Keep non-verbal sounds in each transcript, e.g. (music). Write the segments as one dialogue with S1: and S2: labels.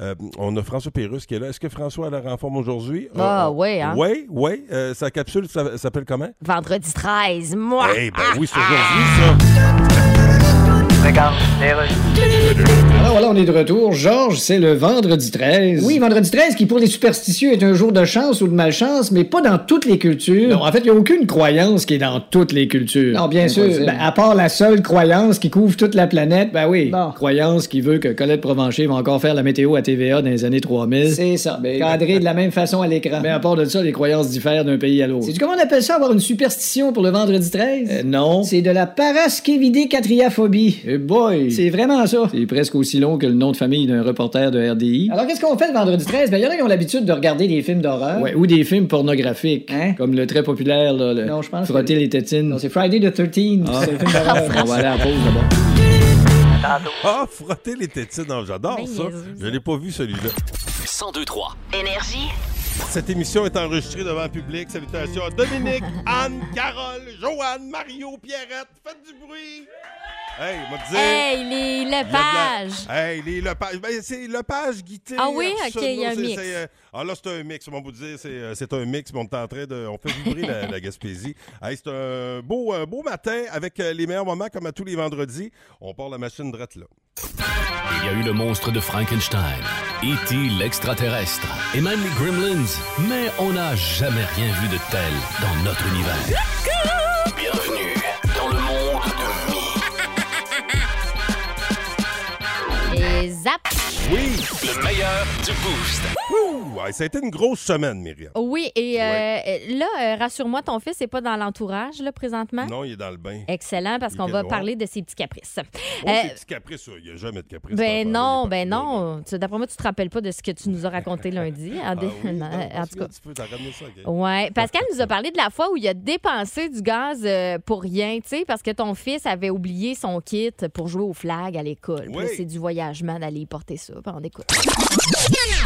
S1: Euh, on a François Pérus qui est là. Est-ce que François elle est en forme aujourd'hui? Euh,
S2: Ah, ouais,
S1: oui,
S2: hein?
S1: Oui, oui. Euh, sa capsule ça- s'appelle comment?
S2: Vendredi 13,
S3: Ah!
S2: moi.
S1: Eh ben oui, c'est aujourd'hui, ça.
S3: Alors voilà, on est de retour. Georges, c'est le vendredi 13.
S4: Oui, vendredi 13, qui pour les superstitieux est un jour de chance ou de malchance, mais pas dans toutes les cultures.
S3: Non, en fait, il n'y a aucune croyance qui est dans toutes les cultures.
S4: Non, bien sûr.
S3: Impossible.
S4: Ben, à part la seule croyance qui couvre toute la planète, ben oui.
S3: Bon. Croyance qui veut que Colette Provencher va encore faire la météo à TVA dans les années 3000.
S4: C'est ça.
S3: Mais-
S4: Cadré de la même façon à l'écran.
S3: Mais ben, à part de ça, les croyances diffèrent d'un pays à l'autre.
S4: C'est comment on appelle ça avoir une superstition pour le vendredi 13?
S3: Euh, non.
S4: C'est de la paraskevidécatriaphobie.
S3: Eh boy!
S4: C'est vraiment ça. Ah,
S3: C'est presque aussi long que le nom de famille d'un reporter de RDI.
S4: Alors qu'est-ce qu'on fait le vendredi 13? Ben, il y en a qui ont l'habitude de regarder des films d'horreur.
S3: Ouais, ou des films pornographiques.
S4: ah. Hein?
S3: Comme le très populaire, là, le
S4: Non, je pense
S3: Frotter
S4: que-
S3: les tétines.
S4: Non, c'est Friday the 13th.
S3: Ah.
S4: C'est un film d'horreur.
S3: on va aller à la pause d'abord.
S1: Ah, frotter les tétines. Non, J'adore
S2: Ben,
S1: ça.
S2: niaiseux.
S1: Je l'ai pas vu, celui-là.
S5: 1023.
S6: Énergie.
S1: Cette émission est enregistrée devant le public. Salutations à Dominique, Anne, Carole, Joanne, Mario, Pierrette. Faites du bruit. Hey, on va te dire.
S2: Hey, les
S1: Il y a de
S2: levages.
S1: la- Hey, les Lepage. Ben, c'est Lepage Guité.
S2: Ah oui? Ok,
S1: Arsenault,
S2: il y a un
S1: c'est-
S2: mix.
S1: c'est, euh, ah là, c'est un mix. On va vous dire, c'est, euh, c'est un mix. mais On est en train de. On fait vibrer la, la Gaspésie. Hey, c'est un beau, un beau matin avec euh, les meilleurs moments, comme à tous les vendredis. On part la machine droite là.
S7: Il y a eu le monstre de Frankenstein, E.T. l'extraterrestre et même les Gremlins, mais on n'a jamais rien vu de tel dans notre univers.
S5: Bienvenue dans le monde de Mi.
S2: Et zap.
S1: Oui!
S5: Le meilleur du boost.
S1: Wouh! Hey, ça a été une grosse semaine, Myriam.
S2: Oui, et euh, là, euh, rassure-moi, ton fils n'est pas dans l'entourage, là, présentement.
S1: Non, il est dans le bain.
S2: Excellent, parce
S1: Il
S2: qu'on
S1: était
S2: va
S1: dehors.
S2: parler de ses petits caprices.
S1: Oh,
S2: Eh, Euh,
S1: c'est petit caprice, ça. Il n'y a jamais de caprice.
S2: Ben
S1: cet enfant-là.
S2: non,
S1: Il est
S2: ben
S1: parti là, là.
S2: non. Tu- D'après moi, tu te rappelles pas de ce que tu nous as raconté lundi. En,
S1: Ah
S2: dé- (laughs)
S1: oui? Non,
S2: en tout cas.
S1: Tu peux t'en ramener ça, ok.
S2: Ouais, Pascal
S1: (laughs)
S2: nous a parlé de la fois où il a dépensé du gaz euh, pour rien, tu sais, parce que ton fils avait oublié son kit pour jouer aux flags à l'école. Puis là,
S1: Oui.
S2: C'est du voyagement d'aller y porter ça. Puis on écoute.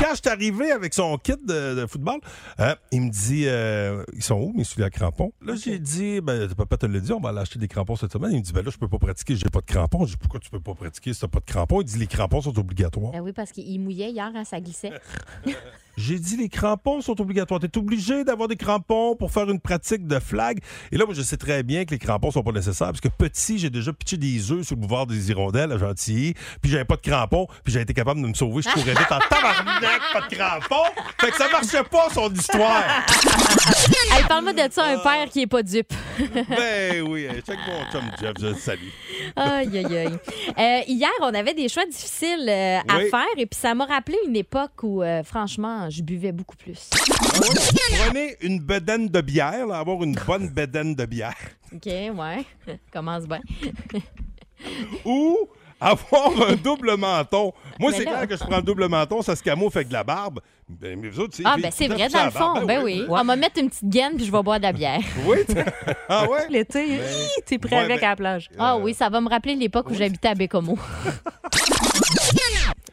S1: quand je suis arrivé avec son kit de, de football, euh, il me dit euh, Ils sont où mes souliers à crampons Là, j'ai dit ben, Papa te l'a dit, on va aller acheter des crampons cette semaine. Il me dit ben, Là, je peux pas pratiquer, j'ai pas de crampons. Je dis Pourquoi tu peux pas pratiquer si t'as pas de crampons Il dit Les crampons sont obligatoires.
S2: Ben oui, parce qu'il mouillait hier, hein, ça
S1: (laughs)
S2: glissait.
S1: J'ai dit Les crampons sont obligatoires. T'es obligé d'avoir des crampons pour faire une pratique de flag. Et là, moi, je sais très bien que les crampons sont pas nécessaires parce que petit, j'ai déjà pitché des œufs sur le boulevard des Hirondelles à Gentilly, puis j'avais pas de crampons, puis j'ai été capable de me sauver. Je
S8: (laughs)
S1: courais vite en tabarnak, pas de crampons. Fait que ça marchait pas, son histoire.
S2: Hey, parle-moi de ça, un père qui est pas dupe.
S1: Ben oui, hey, check mon chum Jeff, je le salue.
S2: Aïe, aïe, aïe. Euh, hier, on avait des choix difficiles euh, à
S1: Oui.
S2: faire et puis ça m'a rappelé une époque où, euh, franchement, je buvais beaucoup plus.
S1: Prenez une bedaine de bière, là, avoir une bonne bedaine de bière, (laughs)
S2: OK, ouais. (laughs) Commence bien.
S1: ou avoir un double menton. Moi,
S2: Mais
S1: c'est
S2: là- oh.
S1: clair que je prends le double menton, ça se camo fait de la barbe. Ben, mais vous autres, c'est
S2: Ah,
S1: les
S2: ben
S1: filles,
S2: c'est
S1: vous
S2: vrai,
S1: avez
S2: dans le
S1: ça à la
S2: fond.
S1: barbe.
S2: Ben oui. On va mettre une petite gaine puis je vais boire de la bière.
S1: Oui, t'sais- (laughs) ah ouais?
S9: (laughs) L'été, hi, t'es prêt
S1: ouais,
S9: avec
S1: ben-
S9: à la plage.
S2: Ah oui, ça va me rappeler l'époque où j'habitais à
S1: (laughs)
S2: Bécomo.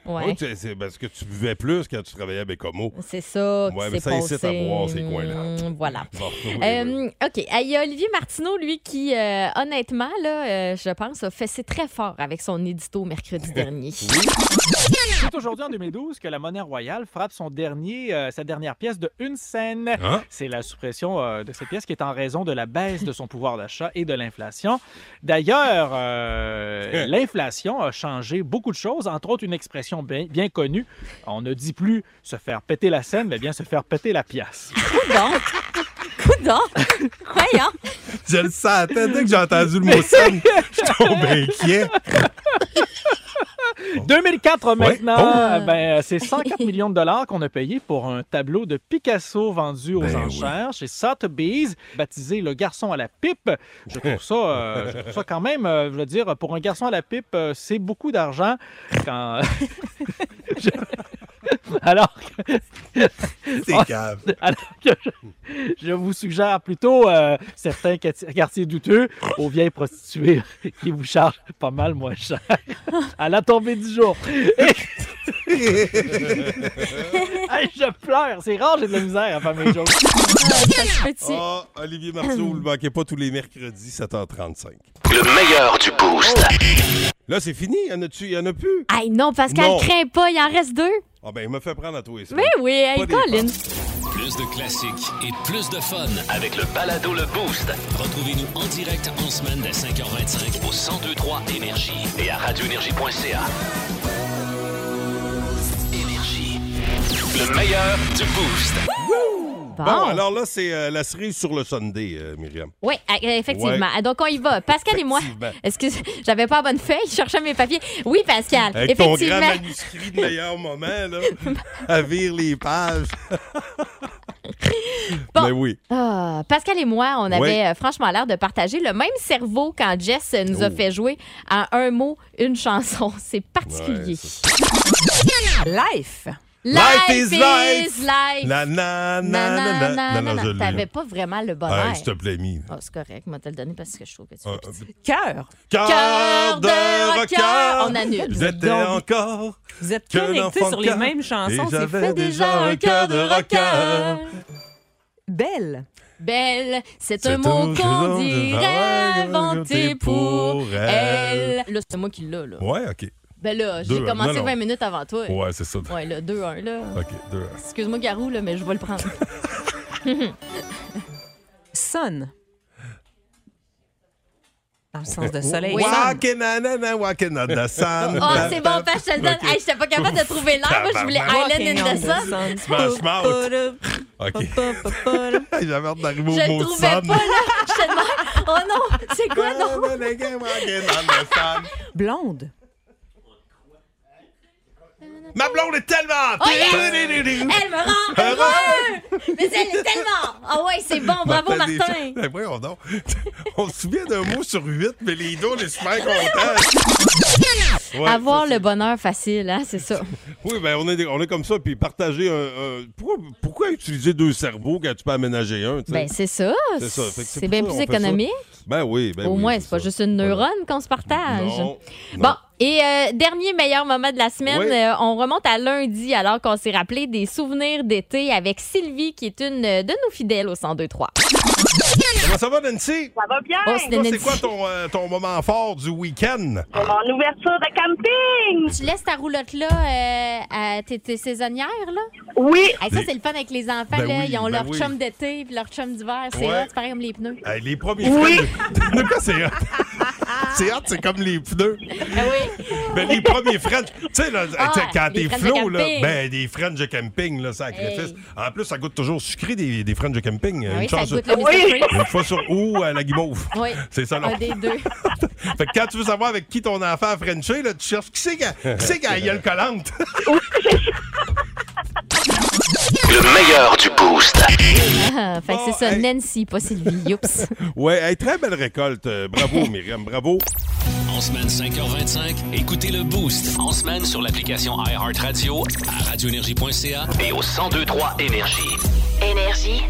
S1: Oui,
S2: (laughs) ouais.
S1: t'sais, c'est parce que Oh, tu buvais plus quand tu travaillais à Bécomo.
S2: C'est ça
S1: Ouais,
S2: qui
S1: mais
S2: s'est
S1: ça incite
S2: passé.
S1: à boire, ces coins-là.
S2: Mm, Voilà.
S1: (laughs) Bon, oui, oui.
S2: Euh, OK. Euh, Il y a Olivier Martineau, lui, qui, euh, honnêtement, là, euh, je pense, a fessé très fort avec son édito
S1: (laughs)
S2: mercredi dernier.
S10: C'est aujourd'hui en 2012 que la monnaie royale frappe son dernier, euh, sa dernière pièce de une scène.
S1: Hein?
S10: C'est la suppression euh, de cette pièce qui est en raison de la baisse de son pouvoir d'achat et de l'inflation. D'ailleurs, euh, l'inflation a changé beaucoup de choses, entre autres une expression bien, bien connue. On ne dit plus se faire péter la scène, mais bien se faire péter la pièce.
S2: Coudon! Coudon! Voyons!
S1: Je le sentais dès que j'ai entendu le mot scène. Je tombe
S10: (laughs)
S1: inquiet.
S10: 2004 maintenant,
S2: Oh.
S10: euh, ben, euh, c'est 104 millions de dollars qu'on a payé pour un tableau de Picasso vendu aux
S1: Ben
S10: enchères chez Sotheby's, baptisé Le garçon à la pipe.
S1: (laughs)
S10: Je trouve ça, euh, je trouve ça quand même, euh, je veux dire, pour un garçon à la pipe, euh, c'est beaucoup d'argent. Quand... Je- (laughs) Alors Oh,
S1: C'est cave.
S10: (laughs) Alors que je, je vous suggère plutôt euh, certains quati- quartiers douteux aux vieilles prostituées (laughs) qui vous chargent pas mal moins cher (laughs) à la tombée du jour. Et- Hey, je pleure, c'est rare, j'ai de la misère à faire mes jokes.
S2: Ça se fait-tu?
S1: Ah,
S2: (clears throat)
S1: Olivier Marceau, vous le manquez pas tous les mercredis, 7h35.
S5: Le meilleur du boost.
S1: Là, c'est fini. Y en a-tu? Y en a plus?
S2: Hey, non, Pascal,
S1: Non.
S2: crains pas, il en reste deux.
S1: Ah, ben, il me fait prendre à toi et ça.
S2: Mais oui, hey,
S1: Pas des
S2: Colin.
S7: Plus de classiques et plus de fun.
S5: Avec le balado Le Boost
S7: Retrouvez-nous en direct en semaine dès 5h25
S5: au 1023 Énergie et à radioénergie.ca. Énergie. Le meilleur du boost.
S2: Bon.
S1: Bon, alors là, c'est euh, la série sur le Sunday, euh, Myriam.
S2: Oui, ah, effectivement.
S1: Ouais.
S2: Ah, Donc, on y va. Pascal et moi.
S1: Effectivement.
S2: Excuse, j'avais pas la bonne feuille, je cherchais mes papiers. Oui, Pascal,
S1: Avec ton grand
S2: effectivement.
S1: manuscrit de meilleur moment, là, à virer les pages.
S2: Bon.
S1: Mais Ben oui.
S2: Ah, Pascal et moi, on avait
S1: Ouais.
S2: euh, franchement l'air de partager le même cerveau quand Jess euh, nous a
S1: Oh.
S2: fait jouer en un mot une chanson. C'est particulier.
S1: Ouais,
S6: Life.
S1: Life is life.
S2: life.
S1: Na, na, na, na,
S2: Nanana.
S1: na, na, na, je l'ai.
S2: T'avais pas vraiment le bonheur.
S1: Hey, S'il te plaît, mis.
S2: Ah, c'est correct, moi te le donné parce que je trouve que tu
S1: Un-
S2: fais petit.
S6: Cœur.
S2: Cœur
S1: Cœur
S2: de
S1: de
S2: rocker.
S1: record.
S2: On annule.
S1: J'étais
S6: Donc-
S1: encore.
S6: Vous êtes
S1: Qu'un
S6: connectés
S1: enfant
S6: sur
S1: de
S6: les
S1: cœur.
S6: mêmes chansons.
S1: Et
S6: C'est
S1: j'avais
S6: fait des...
S2: Déjà un cœur de rocker.
S6: Belle.
S2: Belle, c'est
S1: C'est
S2: un mot
S1: un
S2: qu'on
S1: genre de
S2: dirait
S1: vague
S2: inventé
S1: inventée
S2: pour
S1: pour
S2: elle. Là, c'est moi qui l'a, là.
S1: Ouais, OK.
S2: Ben là, j'ai
S1: Deux,
S2: commencé
S1: non, non.
S2: 20 minutes avant toi.
S1: Ouais, c'est ça.
S2: Ouais, là, 2-1, là.
S1: OK, deux.
S2: Excuse-moi, Garou, là, mais je vais le prendre.
S6: (laughs) Sonne. Dans le sens de soleil.
S2: Oui.
S6: Sonne.
S1: Walking na, na, na, walking on the sun.
S2: Oh, c'est bon, Pat, je te le donne.
S1: Ah, Ok.
S2: Hey, j'étais pas capable de trouver l'air. Moi, je voulais
S6: Walking
S2: Island in
S6: on
S2: the Sun.
S1: Smash Mouth. OK.
S11: (laughs)
S6: Sun.
S1: J'avais hâte
S2: Je
S1: d'arriver au
S2: le
S1: mot
S2: trouvais pas,
S1: sun.
S2: là. J'étais de même. Oh non, c'est quoi, non?
S6: Blonde.
S1: Ma blonde est tellement.
S2: Oh, Elle me rend heureux! Mais elle est tellement... Ah ouais, c'est bon, bravo, Martin.
S1: Ben voyons donc. (laughs) On se souvient d'un mot sur huit, mais les deux, on est
S2: (laughs)
S1: super contents. Ouais,
S2: Avoir
S1: ça,
S2: le bonheur facile, hein, c'est ça.
S1: c'est- Oui, ben on est, des- on est comme ça, puis partager un. un- Pourquoi, pourquoi utiliser deux cerveaux quand tu peux aménager un? tu sais?
S2: Ben, c'est ça.
S1: C'est ça. Fait que c'est
S2: C'est
S1: pour
S2: bien
S1: ça
S2: plus
S1: qu'on fait ça.
S2: économique.
S1: Ben oui, ben
S2: Au
S1: oui,
S2: moins, c'est pas
S1: ça.
S2: juste une neurone qu'on se partage.
S1: Non,
S2: Bon,
S1: non.
S2: et euh, dernier meilleur moment de la semaine,
S1: Oui.
S2: euh, on remonte à lundi alors qu'on s'est rappelé des souvenirs d'été avec Sylvie qui est une euh, de nos fidèles au 102.3.
S1: Comment ça va, Nancy?
S9: Ça va bien?
S2: Oh, c'est
S1: Toi,
S2: Nancy.
S1: c'est quoi ton, euh, ton moment fort du week-end?
S9: Euh, En ouverture de camping!
S2: Tu laisses ta roulotte-là euh, à tes, tes saisonnières, là?
S9: Oui,
S2: Hey, ça,
S1: Les-
S2: c'est le fun avec les enfants.
S1: Ben
S2: là.
S1: oui,
S2: Ils ont
S1: ben
S2: leur
S1: oui.
S2: chum d'été puis leur chum d'hiver. C'est
S1: Ouais.
S2: hot, c'est pareil comme les pneus.
S1: Hey, les premiers
S9: Oui.
S1: French. De quoi c'est hot? c'est hot, c'est comme les pneus.
S2: Ah oui.
S1: Ben, les premiers French. Tu sais, là,
S2: Ah,
S1: tu sais, quand
S2: les
S1: t'es
S2: French de
S1: flow, là,
S2: camping.
S1: ben, des French de camping, là, sacrifice.
S2: Hey.
S1: En plus, ça goûte toujours sucré, des, des French de camping.
S2: Ah
S1: Une
S2: oui, ça
S1: chance-
S2: goûte le
S9: Oui.
S2: Mr. Freeze.
S1: Une fois sur ou à la guimauve.
S2: Oui.
S1: C'est ça, non?
S2: Un des
S1: (laughs)
S2: deux.
S1: Fait que quand tu veux savoir avec qui ton enfant a frenché, là, tu cherches qui c'est qui a, qui c'est qui a la gueule collante.
S5: Le meilleur du boost.
S2: Ah, fait que c'est ça,
S1: Bon, hey.
S2: Nancy, pas Sylvie. Oups.
S1: ouais, hey, très belle récolte. Euh, Bravo, Myriam, bravo.
S7: En semaine 5h25, écoutez le Boost.
S5: En semaine sur l'application iHeartRadio
S7: à radioénergie.ca
S5: et au 1023 Énergie.
S12: Énergie.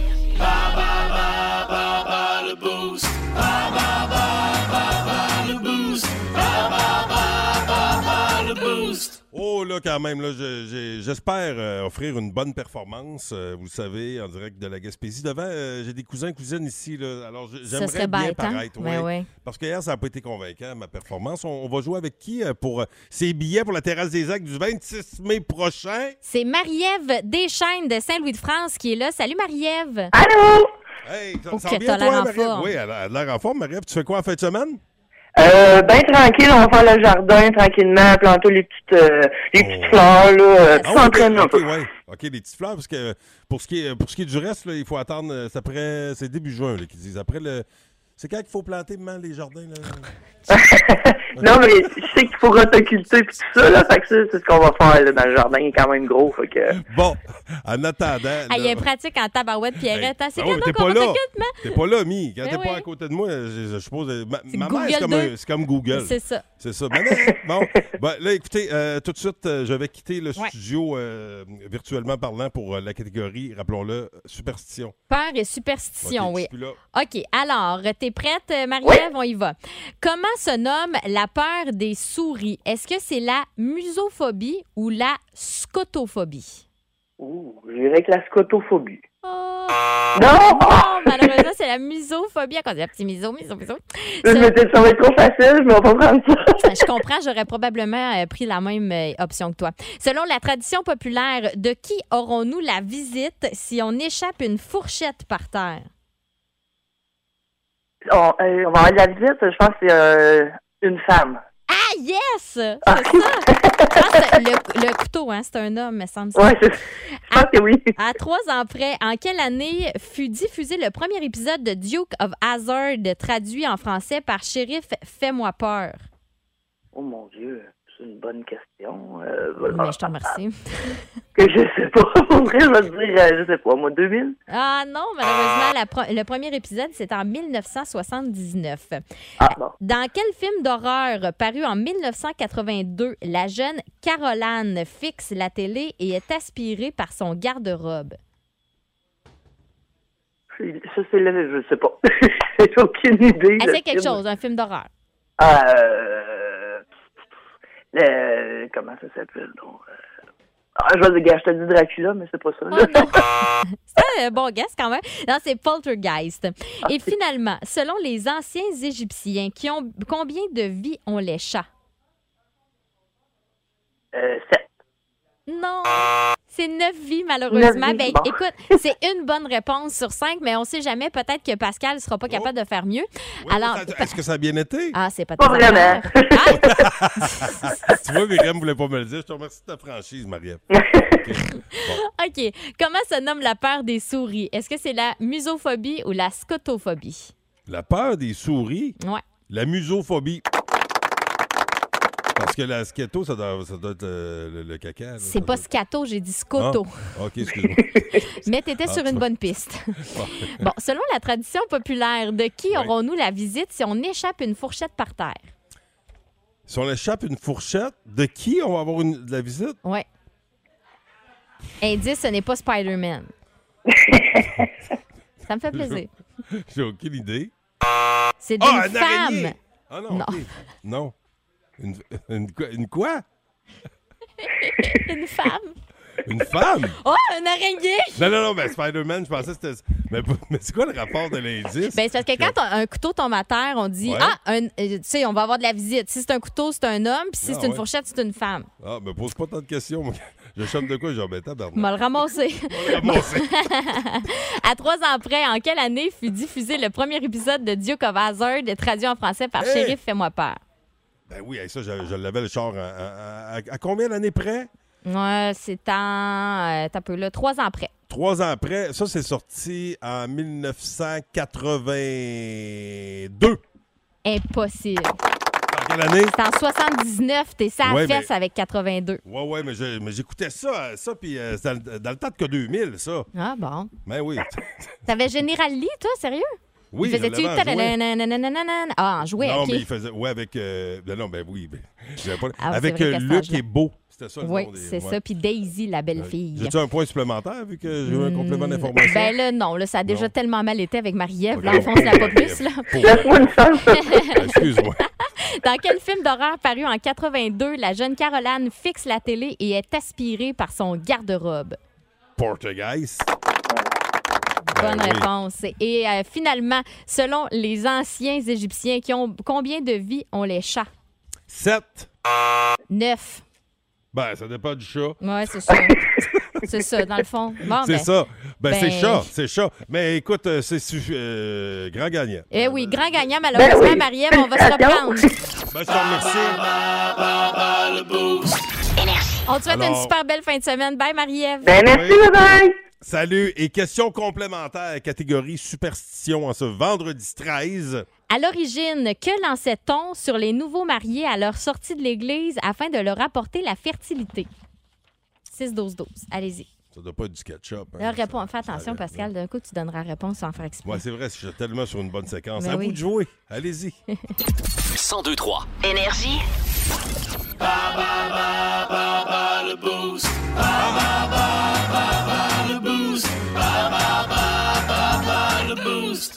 S1: Oh là, quand même, là, je- j'ai- j'espère euh, offrir une bonne performance. Euh, vous le savez, en direct de la Gaspésie. Devant, euh, j'ai des cousins, cousines ici. Là, alors, je-
S2: Ça
S1: j'aimerais
S2: serait
S1: bien
S2: bête, hein?
S1: paraître.
S2: Ben
S1: ouais.
S2: ouais.
S1: Parce que hier, ça n'a pas été convaincant, ma performance. On, on va jouer avec qui euh, pour euh, ces billets pour la terrasse des actes du 26 mai prochain?
S2: C'est Marie-Ève Deschaines de Saint-Louis-de-France qui est là. Salut Marie-Ève.
S9: allô?
S1: Hey, ça,
S2: Oh,
S1: ça
S2: que
S1: revient,
S2: t'as l'air en
S1: Marie-Ève?
S2: forme.
S1: Oui, elle a elle a l'air en forme, Marie-Ève. Tu fais quoi en fin de semaine?
S9: Euh, ben tranquille, on va faire le jardin tranquillement, planter les petites, euh, les petites
S1: Oh.
S9: fleurs, là, euh,
S1: Ah,
S9: puis
S1: oui,
S9: s'entraîner un
S1: OK,
S9: peu.
S1: ouais. OK, les petites fleurs, parce que euh, pour ce qui est, pour ce qui est du reste, là, il faut attendre. euh, C'est après. C'est début juin là, qu'ils disent. Après le. C'est quand qu'il faut planter maman, les jardins? Là?
S9: Non, mais je sais qu'il faut rotoculter puis tout ça, là. Fait que ça, c'est ce qu'on va faire, là, dans le jardin. Il est quand même gros, fait que...
S1: Bon, (laughs) en attendant. là-
S2: Ah, il est pratique en tabarouette, Pierrette. hein. C'est
S1: Ben
S2: quand
S1: oui, t'es
S2: même
S1: pas
S2: qu'on
S1: là.
S2: t'occupe, mais
S1: T'es pas là, Mi. Quand
S2: Ben
S1: t'es
S2: oui.
S1: pas à côté de moi, je, je suppose. euh, Ma,
S2: C'est
S1: ma mère, c'est
S2: Google
S1: comme, un-
S2: deux.
S1: c'est comme Google.
S2: c'est ça.
S1: C'est ça. Ben, ben, (laughs) bon, Ben, là, écoutez, euh, tout de suite, euh, je vais quitter le
S10: Ouais.
S1: studio euh, virtuellement parlant pour euh, la catégorie, rappelons-le, superstition.
S2: Peur et
S1: Ok,
S2: superstition,
S1: je
S2: oui.
S1: suis plus là.
S2: OK, alors, t'es prête, euh, Marie-Ève? On y va. Comment se nomme la peur des souris? Est-ce que c'est la musophobie ou la scotophobie?
S9: Ouh, je dirais que la scotophobie.
S2: Oh,
S9: Non!
S2: non, malheureusement, c'est la musophobie à cause de la petite miso, miso, miso.
S9: Je me disais, ça va être trop facile, je vais pas prendre ça.
S2: Je comprends, j'aurais probablement euh, pris la même euh, option que toi. Selon la tradition populaire, de qui aurons-nous la visite si on échappe une fourchette par terre?
S9: On, euh, on va avoir de la visite, je pense que c'est euh, une femme.
S2: Ah, yes! C'est ça! Je pense que le, le couteau, hein, c'est un homme, me semble.
S9: Ouais, c'est- je pense que oui.
S2: À trois ans près, en quelle année fut diffusé le premier épisode de Duke of Hazard, traduit en français par Shérif Fais-moi peur?
S9: Oh mon Dieu, c'est une bonne question. Euh,
S2: Mais je te remercie.
S9: que je sais pas, (laughs) pour vrai, je vais te dire, euh, je sais pas, moi, 2000?
S2: Ah non, malheureusement, la pro- le premier épisode, c'est en 1979.
S9: Ah, bon.
S2: Dans quel film d'horreur paru en 1982, la jeune Caroline fixe la télé et est aspirée par son garde-robe?
S9: C'est- Ça, c'est le... Je sais pas. (laughs) J'ai aucune idée.
S2: Ah,
S9: le
S2: c'est quelque
S9: film.
S2: chose, un film d'horreur.
S9: Ah, euh... euh, Comment ça s'appelle, donc? Euh, Ah, je vais dire, gars, je te dis Dracula, mais c'est pas ça. là.
S2: Oh non! c'est un bon guess quand même. Non, c'est Poltergeist.
S9: Ah,
S2: Et finalement, selon les anciens Égyptiens, qui ont, combien de vies ont les chats?
S9: (laughs) Euh, sept.
S2: Non! C'est neuf vies, malheureusement.
S9: Neuf
S2: Ben,
S9: vies, bon.
S2: écoute,
S9: (laughs)
S2: c'est une bonne réponse sur cinq, mais on sait jamais. Peut-être que Pascal ne sera pas capable de faire mieux.
S1: Oh. Oui,
S2: Alors,
S1: ça- est-ce que ça a bien été?
S2: Ah, c'est pas
S9: Pas
S2: tes
S9: vraiment.
S2: affaires. Ah!
S1: (laughs) Tu vois, Myriam voulait pas me le dire. Je te remercie de ta franchise, Marie-Ève.
S9: (laughs)
S2: (laughs) OK. Comment se nomme la peur des souris? Est-ce que c'est la musophobie ou la scotophobie?
S1: La peur des souris,
S2: Ouais.
S1: la musophobie. Parce que la sketo, ça doit, ça doit être euh, le, le caca. là.
S2: C'est
S1: Ça
S2: pas
S1: doit-
S2: scato, j'ai dit scoto.
S1: Ah, OK, excuse-moi.
S2: (laughs) Mais tu étais
S1: Ah,
S2: sur
S1: tu
S2: une
S1: vois.
S2: bonne piste. (laughs) bon, selon la tradition populaire, de qui
S1: Oui.
S2: aurons-nous la visite si on échappe une fourchette par terre?
S1: si on échappe une fourchette, de qui on va avoir une, de la visite?
S2: Ouais. Indice, ce n'est pas
S1: (laughs)
S2: Spider-Man. Ça me fait plaisir.
S1: J'ai aucune idée.
S2: C'est
S8: Oh,
S2: d'une
S1: Ah, une
S2: femme.
S1: araignée! Ah non,
S2: Non. (laughs)
S1: OK. Non. Une, une quoi- une quoi?
S2: Une femme.
S1: Une femme?
S2: Oh, une araignée!
S1: Non, non, non, mais Spider-Man, je pensais que c'était... Mais, (laughs) mais c'est quoi le rapport de l'indice?
S2: Ben, c'est parce que quand on- un couteau tombe à terre, on dit
S1: Ouais.
S2: Ah, un- euh, tu sais, on va avoir de la visite. Si c'est un couteau, c'est un homme. Puis si
S1: Ah,
S2: c'est une
S1: ouais.
S2: fourchette, c'est une femme.
S1: Ah, me pose pas tant de questions. moi. (laughs) Je chante de quoi, genre, ben
S2: On
S1: tabarnak.
S2: va le
S1: (laughs)
S2: ramasser.
S1: Ah, bon, c'est-
S2: (laughs) À trois ans près, en quelle année fut diffusé le premier épisode de Duke of Hazard, traduit en français par
S1: Hey!
S2: Shérif Fais-moi peur?
S1: Ben oui, hey, ça, je, je l'avais le char à, à- à- à combien d'années près?
S2: Ouais, c'est en. euh, t'as peu là, trois ans près.
S1: Trois ans après. Ça, c'est sorti en 1982.
S2: Impossible.
S1: En quelle année?
S2: C'est en 79, t'es ça à
S1: Ouais, ben-
S2: fesse avec 82.
S1: Ouais, ouais, mais je- mais j'écoutais ça, ça, puis euh, c'est dans, le- dans le temps de que 2000, ça.
S2: Ah bon?
S1: Ben oui.
S2: T'avais Général Lee, toi, sérieux?
S1: Oui,
S2: Il
S1: je
S2: faisait-tu.
S1: l'avais en jouet.
S2: tadadadadadadadadadadada? Ah, en jouet,
S1: non,
S2: ok.
S1: mais il faisait. Ouais, avec. euh, ben non, ben oui. ben, j'avais pas-
S2: Ah, c'est
S1: avec
S2: vrai
S1: euh,
S2: qu'à cet
S1: Luc
S2: âge-là.
S1: et Beau. C'était ça le
S2: Oui,
S1: nom des-
S2: c'est
S1: ouais.
S2: ça. Puis Daisy, la belle
S1: Ouais.
S2: fille.
S1: J'ai-tu un point supplémentaire vu que j'ai eu un complément
S2: Hmm,
S1: d'information?
S2: Ben là, non, là, ça a déjà
S1: Non.
S2: tellement mal été avec Marie-Ève.
S1: Ok.
S2: Là, on fonce la pas plus, là.
S1: Pour-
S9: Laisse-moi une chance.
S2: (laughs)
S1: Ah, Excuse-moi. (laughs)
S2: Dans quel film d'horreur paru en 82, la jeune Caroline fixe la télé et est aspirée par son garde-robe?
S1: Portugaise.
S2: Bonne
S1: Ben oui.
S2: réponse. Et euh, finalement, selon les anciens Égyptiens, qui ont combien de vies ont les chats?
S1: 7.
S2: Neuf.
S1: Ben, ça dépend du chat.
S2: Ouais, c'est
S1: (laughs)
S2: ça. c'est ça, dans le fond. Bon,
S1: c'est
S2: ben,
S1: ça. Ben,
S2: ben-
S1: c'est chat, c'est chat. Mais écoute, euh, c'est su- euh, grand gagnant.
S2: Eh oui, grand gagnant, malheureusement,
S9: Ben oui.
S2: Marie-Ève, on va se reprendre.
S1: Ben, je te remercie.
S2: On te souhaite
S1: Alors-
S2: une super belle fin de semaine. Bye, Marie-Ève.
S9: Ben, merci,
S1: Oui.
S9: bye-bye!
S1: Salut. Et question complémentaire, catégorie superstition en ce vendredi 13.
S2: À l'origine, que lançait-on sur les nouveaux mariés à leur sortie de l'église afin de leur apporter la fertilité? 6-12-12. Allez-y.
S1: Ça doit pas être du ketchup. hein.
S2: Là, réponds.
S1: Ça-
S2: Fais
S1: ça
S2: attention,
S1: arrête,
S2: Pascal. D'un coup, tu donneras la réponse sans faire
S1: là.
S2: exprès.
S1: Ouais, c'est vrai, je suis tellement sur une bonne séquence.
S2: Ben
S1: à
S2: oui.
S1: vous de jouer.
S2: (laughs)
S1: Allez-y.
S5: 1023.
S12: Énergie.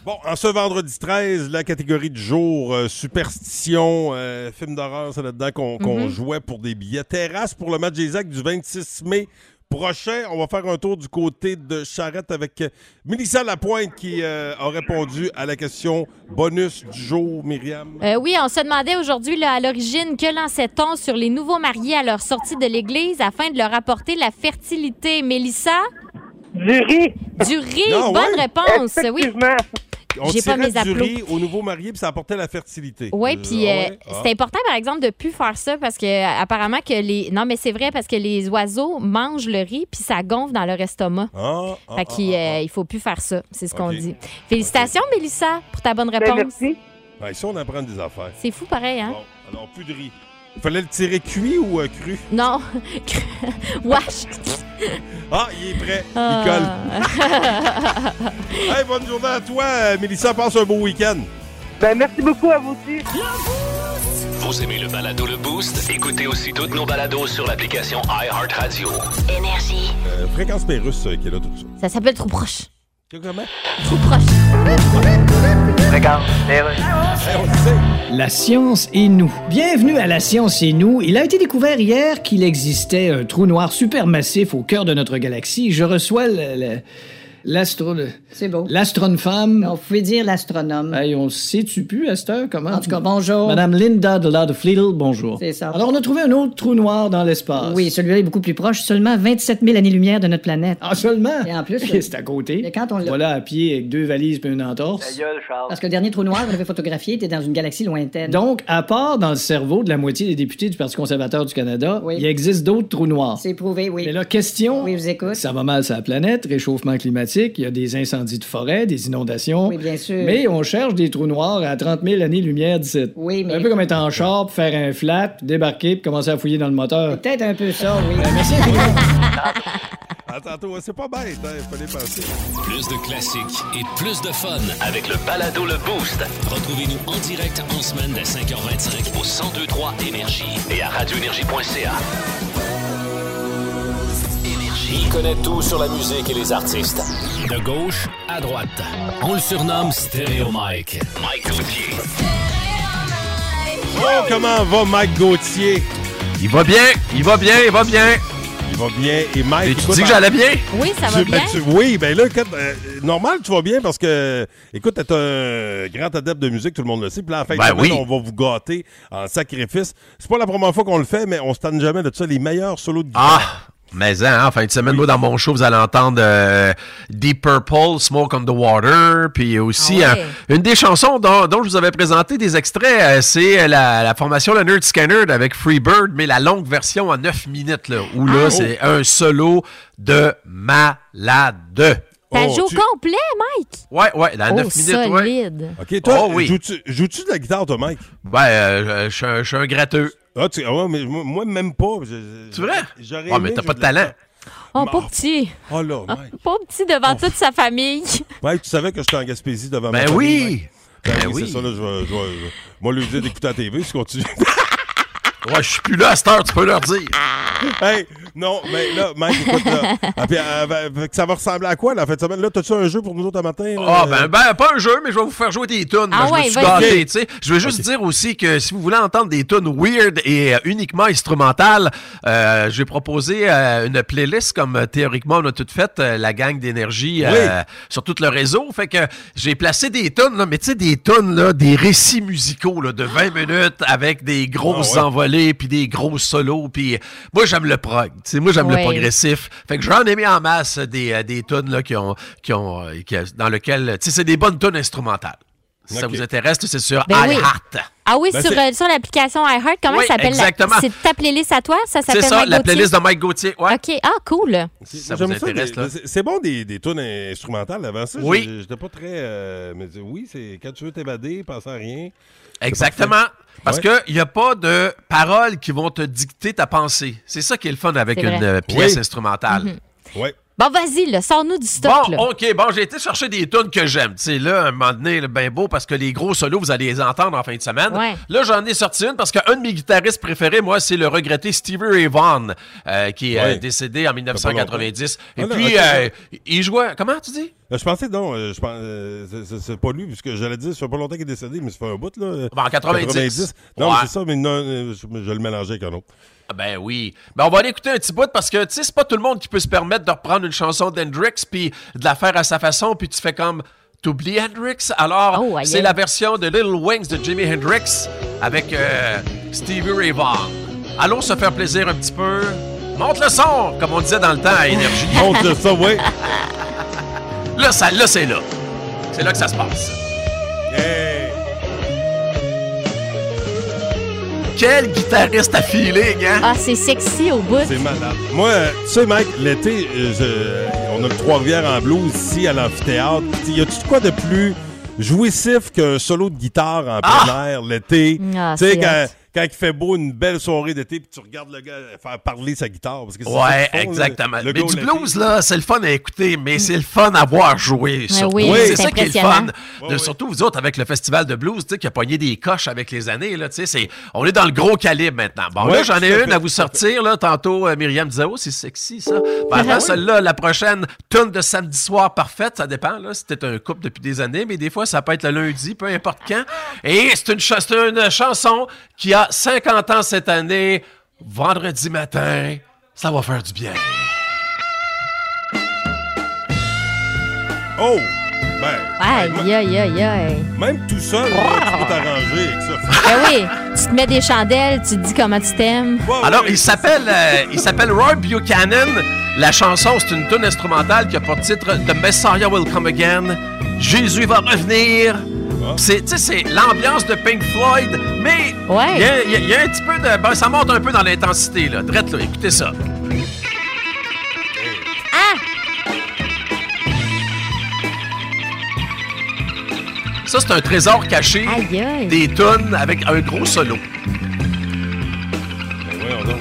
S1: Bon, en ce vendredi 13, la catégorie du jour, euh, superstition, euh, film d'horreur, c'est là-dedans qu'on
S2: Mhm.
S1: qu'on jouait pour des billets. Terrasse pour le match des actes du 26 mai prochain. On va faire un tour du côté de Charrette avec euh, Mélissa Lapointe qui euh, a répondu à la question bonus du jour, Myriam.
S2: Euh, oui, on se demandait aujourd'hui, là, à l'origine, que lançait-on sur les nouveaux mariés à leur sortie de l'église afin de leur apporter la fertilité? Mélissa?
S9: Du riz,
S2: Du riz,
S1: Ah,
S2: bonne
S1: ouais?
S2: réponse, oui.
S9: effectivement.
S1: On
S2: j'ai pas
S1: tirait
S2: mes
S1: du
S2: applaudissements.
S1: riz aux nouveaux mariés, puis ça apportait la fertilité.
S2: Oui,
S1: Euh,
S2: puis
S1: ah
S2: euh,
S1: ouais? Ah.
S2: c'est important, par exemple, de plus faire ça parce que euh, apparemment que les. Non, mais c'est vrai parce que les oiseaux mangent le riz puis ça gonfle dans leur estomac.
S1: Ah, ah,
S2: fait
S1: ah,
S2: qu'il
S1: ah,
S2: euh, il faut plus faire ça, c'est ce qu'on
S1: Ok.
S2: dit. Félicitations, Mélissa, pour ta bonne
S9: Ben,
S2: réponse.
S9: merci.
S1: ah. Ouais, ici, on apprend des affaires.
S2: c'est fou pareil, hein?
S1: Bon, alors, plus de riz. Il fallait le tirer cuit ou euh, cru?
S2: Non. (laughs) Wesh!
S1: Oh, Ah, il est prêt. Il colle.
S2: Ah.
S1: Hey, bonne journée à toi, euh, Mélissa. Passe un beau week-end.
S9: Ben, merci beaucoup à vous aussi.
S5: Vous aimez le balado Le Boost? Écoutez aussi toutes nos balados sur l'application iHeartRadio.
S12: Énergie.
S1: Euh, Fréquence Pérus euh, qui est là tout ça.
S2: Ça s'appelle trop proche.
S1: Comment?
S2: Trop proche.
S1: on le sait.
S3: La science et nous. Bienvenue à La science et nous. Il a été découvert hier qu'il existait un trou noir supermassif au cœur de notre galaxie. Je reçois le- le- l'astro... le-
S4: C'est beau.
S3: L'astrone femme.
S4: On pouvait dire l'astronome.
S3: Hey, on sait-tu plus à cette heure comment?
S4: En tout cas, bonjour.
S3: Madame Linda de la de Fliedel, bonjour.
S4: C'est ça.
S3: Alors, on a trouvé un autre trou noir dans l'espace.
S4: Oui, celui-là est beaucoup plus proche, seulement 27 000 années-lumière de notre planète.
S3: Ah, seulement?
S4: Et en (laughs) plus,
S3: (laughs) Eh, c'est à côté.
S4: mais quand on l'a-
S3: Voilà, à pied, avec deux valises puis une entorse.
S4: Parce que le dernier trou noir qu'on avait photographié était dans une galaxie lointaine.
S3: Donc, à part dans le cerveau de la moitié des députés du Parti conservateur du Canada,
S4: Oui.
S3: il existe d'autres trous noirs.
S4: c'est prouvé, oui.
S3: Mais là, question,
S4: Oui, je vous écoute.
S3: ça va mal sur la planète, réchauffement climatique, il y a des incendies de forêt, des inondations.
S4: Oui, bien sûr.
S3: Mais on cherche des trous noirs à 30 000 années-lumière d'ici.
S4: Oui, mais-
S3: Un peu comme être en char, puis faire un flap, puis débarquer, puis commencer à fouiller dans le moteur.
S4: Peut-être un peu ça, oui.
S3: Merci infiniment.
S1: À tantôt. C'est pas bête, hein. Il fallait passer.
S7: Plus de classiques et plus de fun.
S5: Avec le balado Le Boost
S7: Retrouvez-nous en direct en semaine dès 5h25
S5: au 1023 Énergie et à radioénergie.ca.
S7: Il connaît tout sur la musique et les artistes. De gauche à droite. On le surnomme Stéréo Mike.
S5: Mike Gauthier.
S1: Oh, comment va Mike Gauthier?
S13: Il va bien, il va bien, il va bien.
S1: Il va bien. Et Mike,
S13: Et tu
S1: écoute,
S13: dis que j'allais bien?
S2: Oui, ça va
S1: tu- ben,
S2: bien.
S1: tu- oui, ben là, écoute, euh, normal, tu vas bien parce que, écoute, t'es un grand adepte de musique, tout le monde le sait. Puis là, en fait,
S13: Ben oui.
S1: on va vous gâter en sacrifice. C'est pas la première fois qu'on le fait, mais on se tanne jamais de ça. Les meilleurs solos de
S13: Ah!
S1: guitare.
S13: Mais hein, en fin de semaine, moi, dans mon show, vous allez entendre euh, Deep Purple, Smoke on the Water, puis aussi
S2: Ah ouais.
S13: euh, une des chansons dont, dont je vous avais présenté des extraits, euh, c'est euh, la, la formation Le Nerd Scanner avec Freebird, mais la longue version en 9 minutes, là, où
S2: Ah.
S13: là, c'est un solo de malade.
S2: T'as
S1: Oh,
S2: joué au
S1: tu-
S2: complet, Mike?
S13: Ouais, ouais, dans 9
S2: Oh,
S13: minutes, ouais.
S2: solide.
S1: OK, toi,
S13: Oh oui.
S1: joues-tu joues-tu de la guitare, toi, Mike?
S13: Ouais, euh, je- je suis un- je suis un gratteux.
S1: Ah, tu, ah ouais, mais moi, moi, même pas. Je- je-
S13: C'est vrai?
S1: J'aurais
S13: Ouais,
S1: aimé
S13: mais t'as
S1: que
S13: pas
S1: je
S13: de talent.
S2: Oh,
S1: Bon.
S2: pauvre petit.
S1: Oh là, Mike.
S2: Pauvre petit devant toute sa famille.
S1: Mike, tu savais que j'étais en Gaspésie devant ma
S13: Ben
S1: famille,
S13: oui!
S1: Mike. Ben,
S13: Ben
S1: oui,
S13: oui.
S1: c'est ça, là, je vais... je vais- je- Moi, lui dire d'écouter la TV, je continue.
S13: (laughs) Ouais, je suis plus là à cette heure, tu peux leur dire.
S1: hey, non, mais là, Mike, écoute, là, ah, puis, euh, ben, fait que ça va ressembler à quoi, la fin de semaine? Là, t'as-tu un jeu pour nous autres à matin? là?
S13: Ah, ben, ben, pas un jeu, mais je vais vous faire jouer des tunes.
S2: Euh,
S13: Ben,
S2: Ah
S13: je
S2: ouais,
S13: me suis
S2: vas-y.
S13: gâté, tu sais. Je veux juste dire aussi que si vous voulez entendre des tunes weird et euh, uniquement instrumentales, euh, je vais proposer euh, une playlist comme euh, théoriquement on a toute faite, euh, la gang d'énergie euh, sur tout le réseau. Fait que j'ai placé des tunes, là, mais tu sais, des tunes, là, des récits musicaux là, de 20 minutes avec des grosses
S1: Ah ouais.
S13: envolées puis des gros solos. Puis moi, j'aime le prog. tu sais. Moi, j'aime
S2: Ouais.
S13: le progressif progressif. Fait que j'en ai mis en masse euh, des, euh, des tunes là, qui ont, qui euh, ont, euh, qui- dans lequel, tu sais, c'est des bonnes tunes instrumentales. Si ça
S1: Ok.
S13: vous intéresse, c'est sur
S2: Ben oui.
S13: iHeart.
S2: Ah oui,
S13: Ben,
S2: sur,
S13: c'est-
S2: euh, sur l'application iHeart, comment
S13: Oui,
S2: ça s'appelle? la-
S13: exactement.
S2: C'est ta playlist à toi? Ça
S13: C'est
S2: s'appelle
S13: ça,
S2: Mike
S13: la
S2: Gauthier?
S13: playlist de Mike Gauthier. Ouais.
S2: OK. Ah, cool.
S13: Si ça vous
S1: J'aime ça,
S13: intéresse,
S1: des-
S13: là.
S1: c'est- C'est bon des, des tunes instrumentales avant ça.
S13: Oui.
S1: j'ai- J'étais pas très. euh, mais oui, c'est quand tu veux t'évader, pense à rien.
S13: Exactement. Parce
S1: Ouais.
S13: que qu'il n'y a pas de paroles qui vont te dicter ta pensée. C'est ça qui est le fun avec
S2: C'est vrai.
S13: une euh, pièce
S1: Oui.
S13: instrumentale.
S2: Mhm.
S1: Ouais.
S2: Bon, vas-y, là, sors-nous du stock. là.
S13: Bon, OK, bon, j'ai été chercher des tunes que j'aime. Tu sais, là, à un moment donné, le ben beau, parce que les gros solos, vous allez les entendre en fin de semaine.
S2: Ouais.
S13: Là, j'en ai sorti une parce qu'un de mes guitaristes préférés, moi, c'est le regretté Stevie Ray Vaughan, euh, qui est
S1: Ouais.
S13: euh, décédé en 1990. Et
S1: Ah non,
S13: puis,
S1: ok,
S13: euh, il jouait... Comment tu dis?
S1: Euh, Je pensais non, euh, je pense, euh, c'est- c'est- c'est pas lui, puisque j'allais dire, ça fait pas longtemps qu'il est décédé, mais ça fait un bout, là.
S13: Ben, en 90.
S1: Non,
S13: Ouais.
S1: mais c'est ça, mais non, euh, je, je le mélangeais avec un autre.
S13: Ah Ben oui. Ben on va aller écouter un petit bout parce que, tu sais, c'est pas tout le monde qui peut se permettre de reprendre une chanson d'Hendrix puis de la faire à sa façon puis tu fais comme T'oublies Hendrix? Alors,
S2: Oh, aïe,
S13: c'est
S2: aïe.
S13: la version de Little Wings de Jimi Hendrix avec euh, Stevie Ray Vaughan. Allons se faire plaisir un petit peu. Monte le son, comme on disait dans le temps à Énergie.
S1: Montre le ça, oui.
S13: (laughs) Là, ça, là, c'est là. C'est là que ça se passe.
S1: Hey.
S13: Quel guitariste à feeling, hein?
S2: Ah, c'est sexy au bout.
S1: C'est malade. Moi, euh, tu sais, Mike, l'été, euh, je- on a le Trois-Rivières en blues ici à l'amphithéâtre. Puis, Y a-tu de quoi de plus jouissif qu'un solo de guitare en plein air l'été?
S2: Ah,
S1: tu sais,
S2: c'est
S1: quand,
S2: hot.
S1: quand il fait beau, une belle soirée d'été, puis tu regardes le gars faire parler sa guitare. Parce que c'est
S13: Ouais,
S1: ça qu'ils font, là,
S13: exactement.
S1: le
S13: Mais
S1: gars au
S13: du
S1: laté.
S13: blues, là, c'est le fun à écouter, mais c'est le fun à voir jouer. surtout.
S2: oui,
S13: c'est
S2: c'est
S13: ça qui est le fun.
S2: impressionnant.
S13: De-
S1: Ouais, ouais.
S13: Surtout vous autres, avec le festival de blues, tu sais, qui a pogné des coches avec les années, là, tu sais, c'est- on est dans le gros calibre maintenant. Bon,
S1: Ouais,
S13: là, j'en
S1: tout
S13: ai
S1: à
S13: une
S1: fait,
S13: à vous
S1: tout à
S13: sortir, là. Tantôt, euh, Myriam disait, oh, c'est sexy, ça. Ben, attends, celle-là, la prochaine, tune de samedi soir parfaite, ça dépend, là. C'était un couple depuis des années, mais des fois, ça peut être le lundi, peu importe quand. Et c'est une, cha- c'est une chanson qui a 50 ans cette année. Vendredi matin, ça va faire du bien.
S1: Oh! Ben, ben,
S2: Aïe, aïe, aïe, aïe.
S1: même tout seul, là, tu peux t'arranger avec
S13: (laughs)
S1: ça.
S13: Ah
S2: Ben oui, tu te mets des chandelles, tu te dis comment tu t'aimes.
S1: Ouais, ouais.
S13: Alors, il s'appelle euh, il s'appelle Roy Buchanan. La chanson, c'est une tune instrumentale qui a pour titre The Messiah Will Come Again. Jésus va revenir. C'est, tu sais, c'est l'ambiance de Pink Floyd, mais il
S2: Ouais.
S13: y a- il y, a- il y a un petit peu de. ben, ça monte un peu dans l'intensité, là. Drette, là, écoutez ça.
S2: Ah!
S13: Ça, c'est un trésor caché
S2: Aïe, aïe.
S13: des tunes avec un gros solo.
S1: Ben, voyons donc.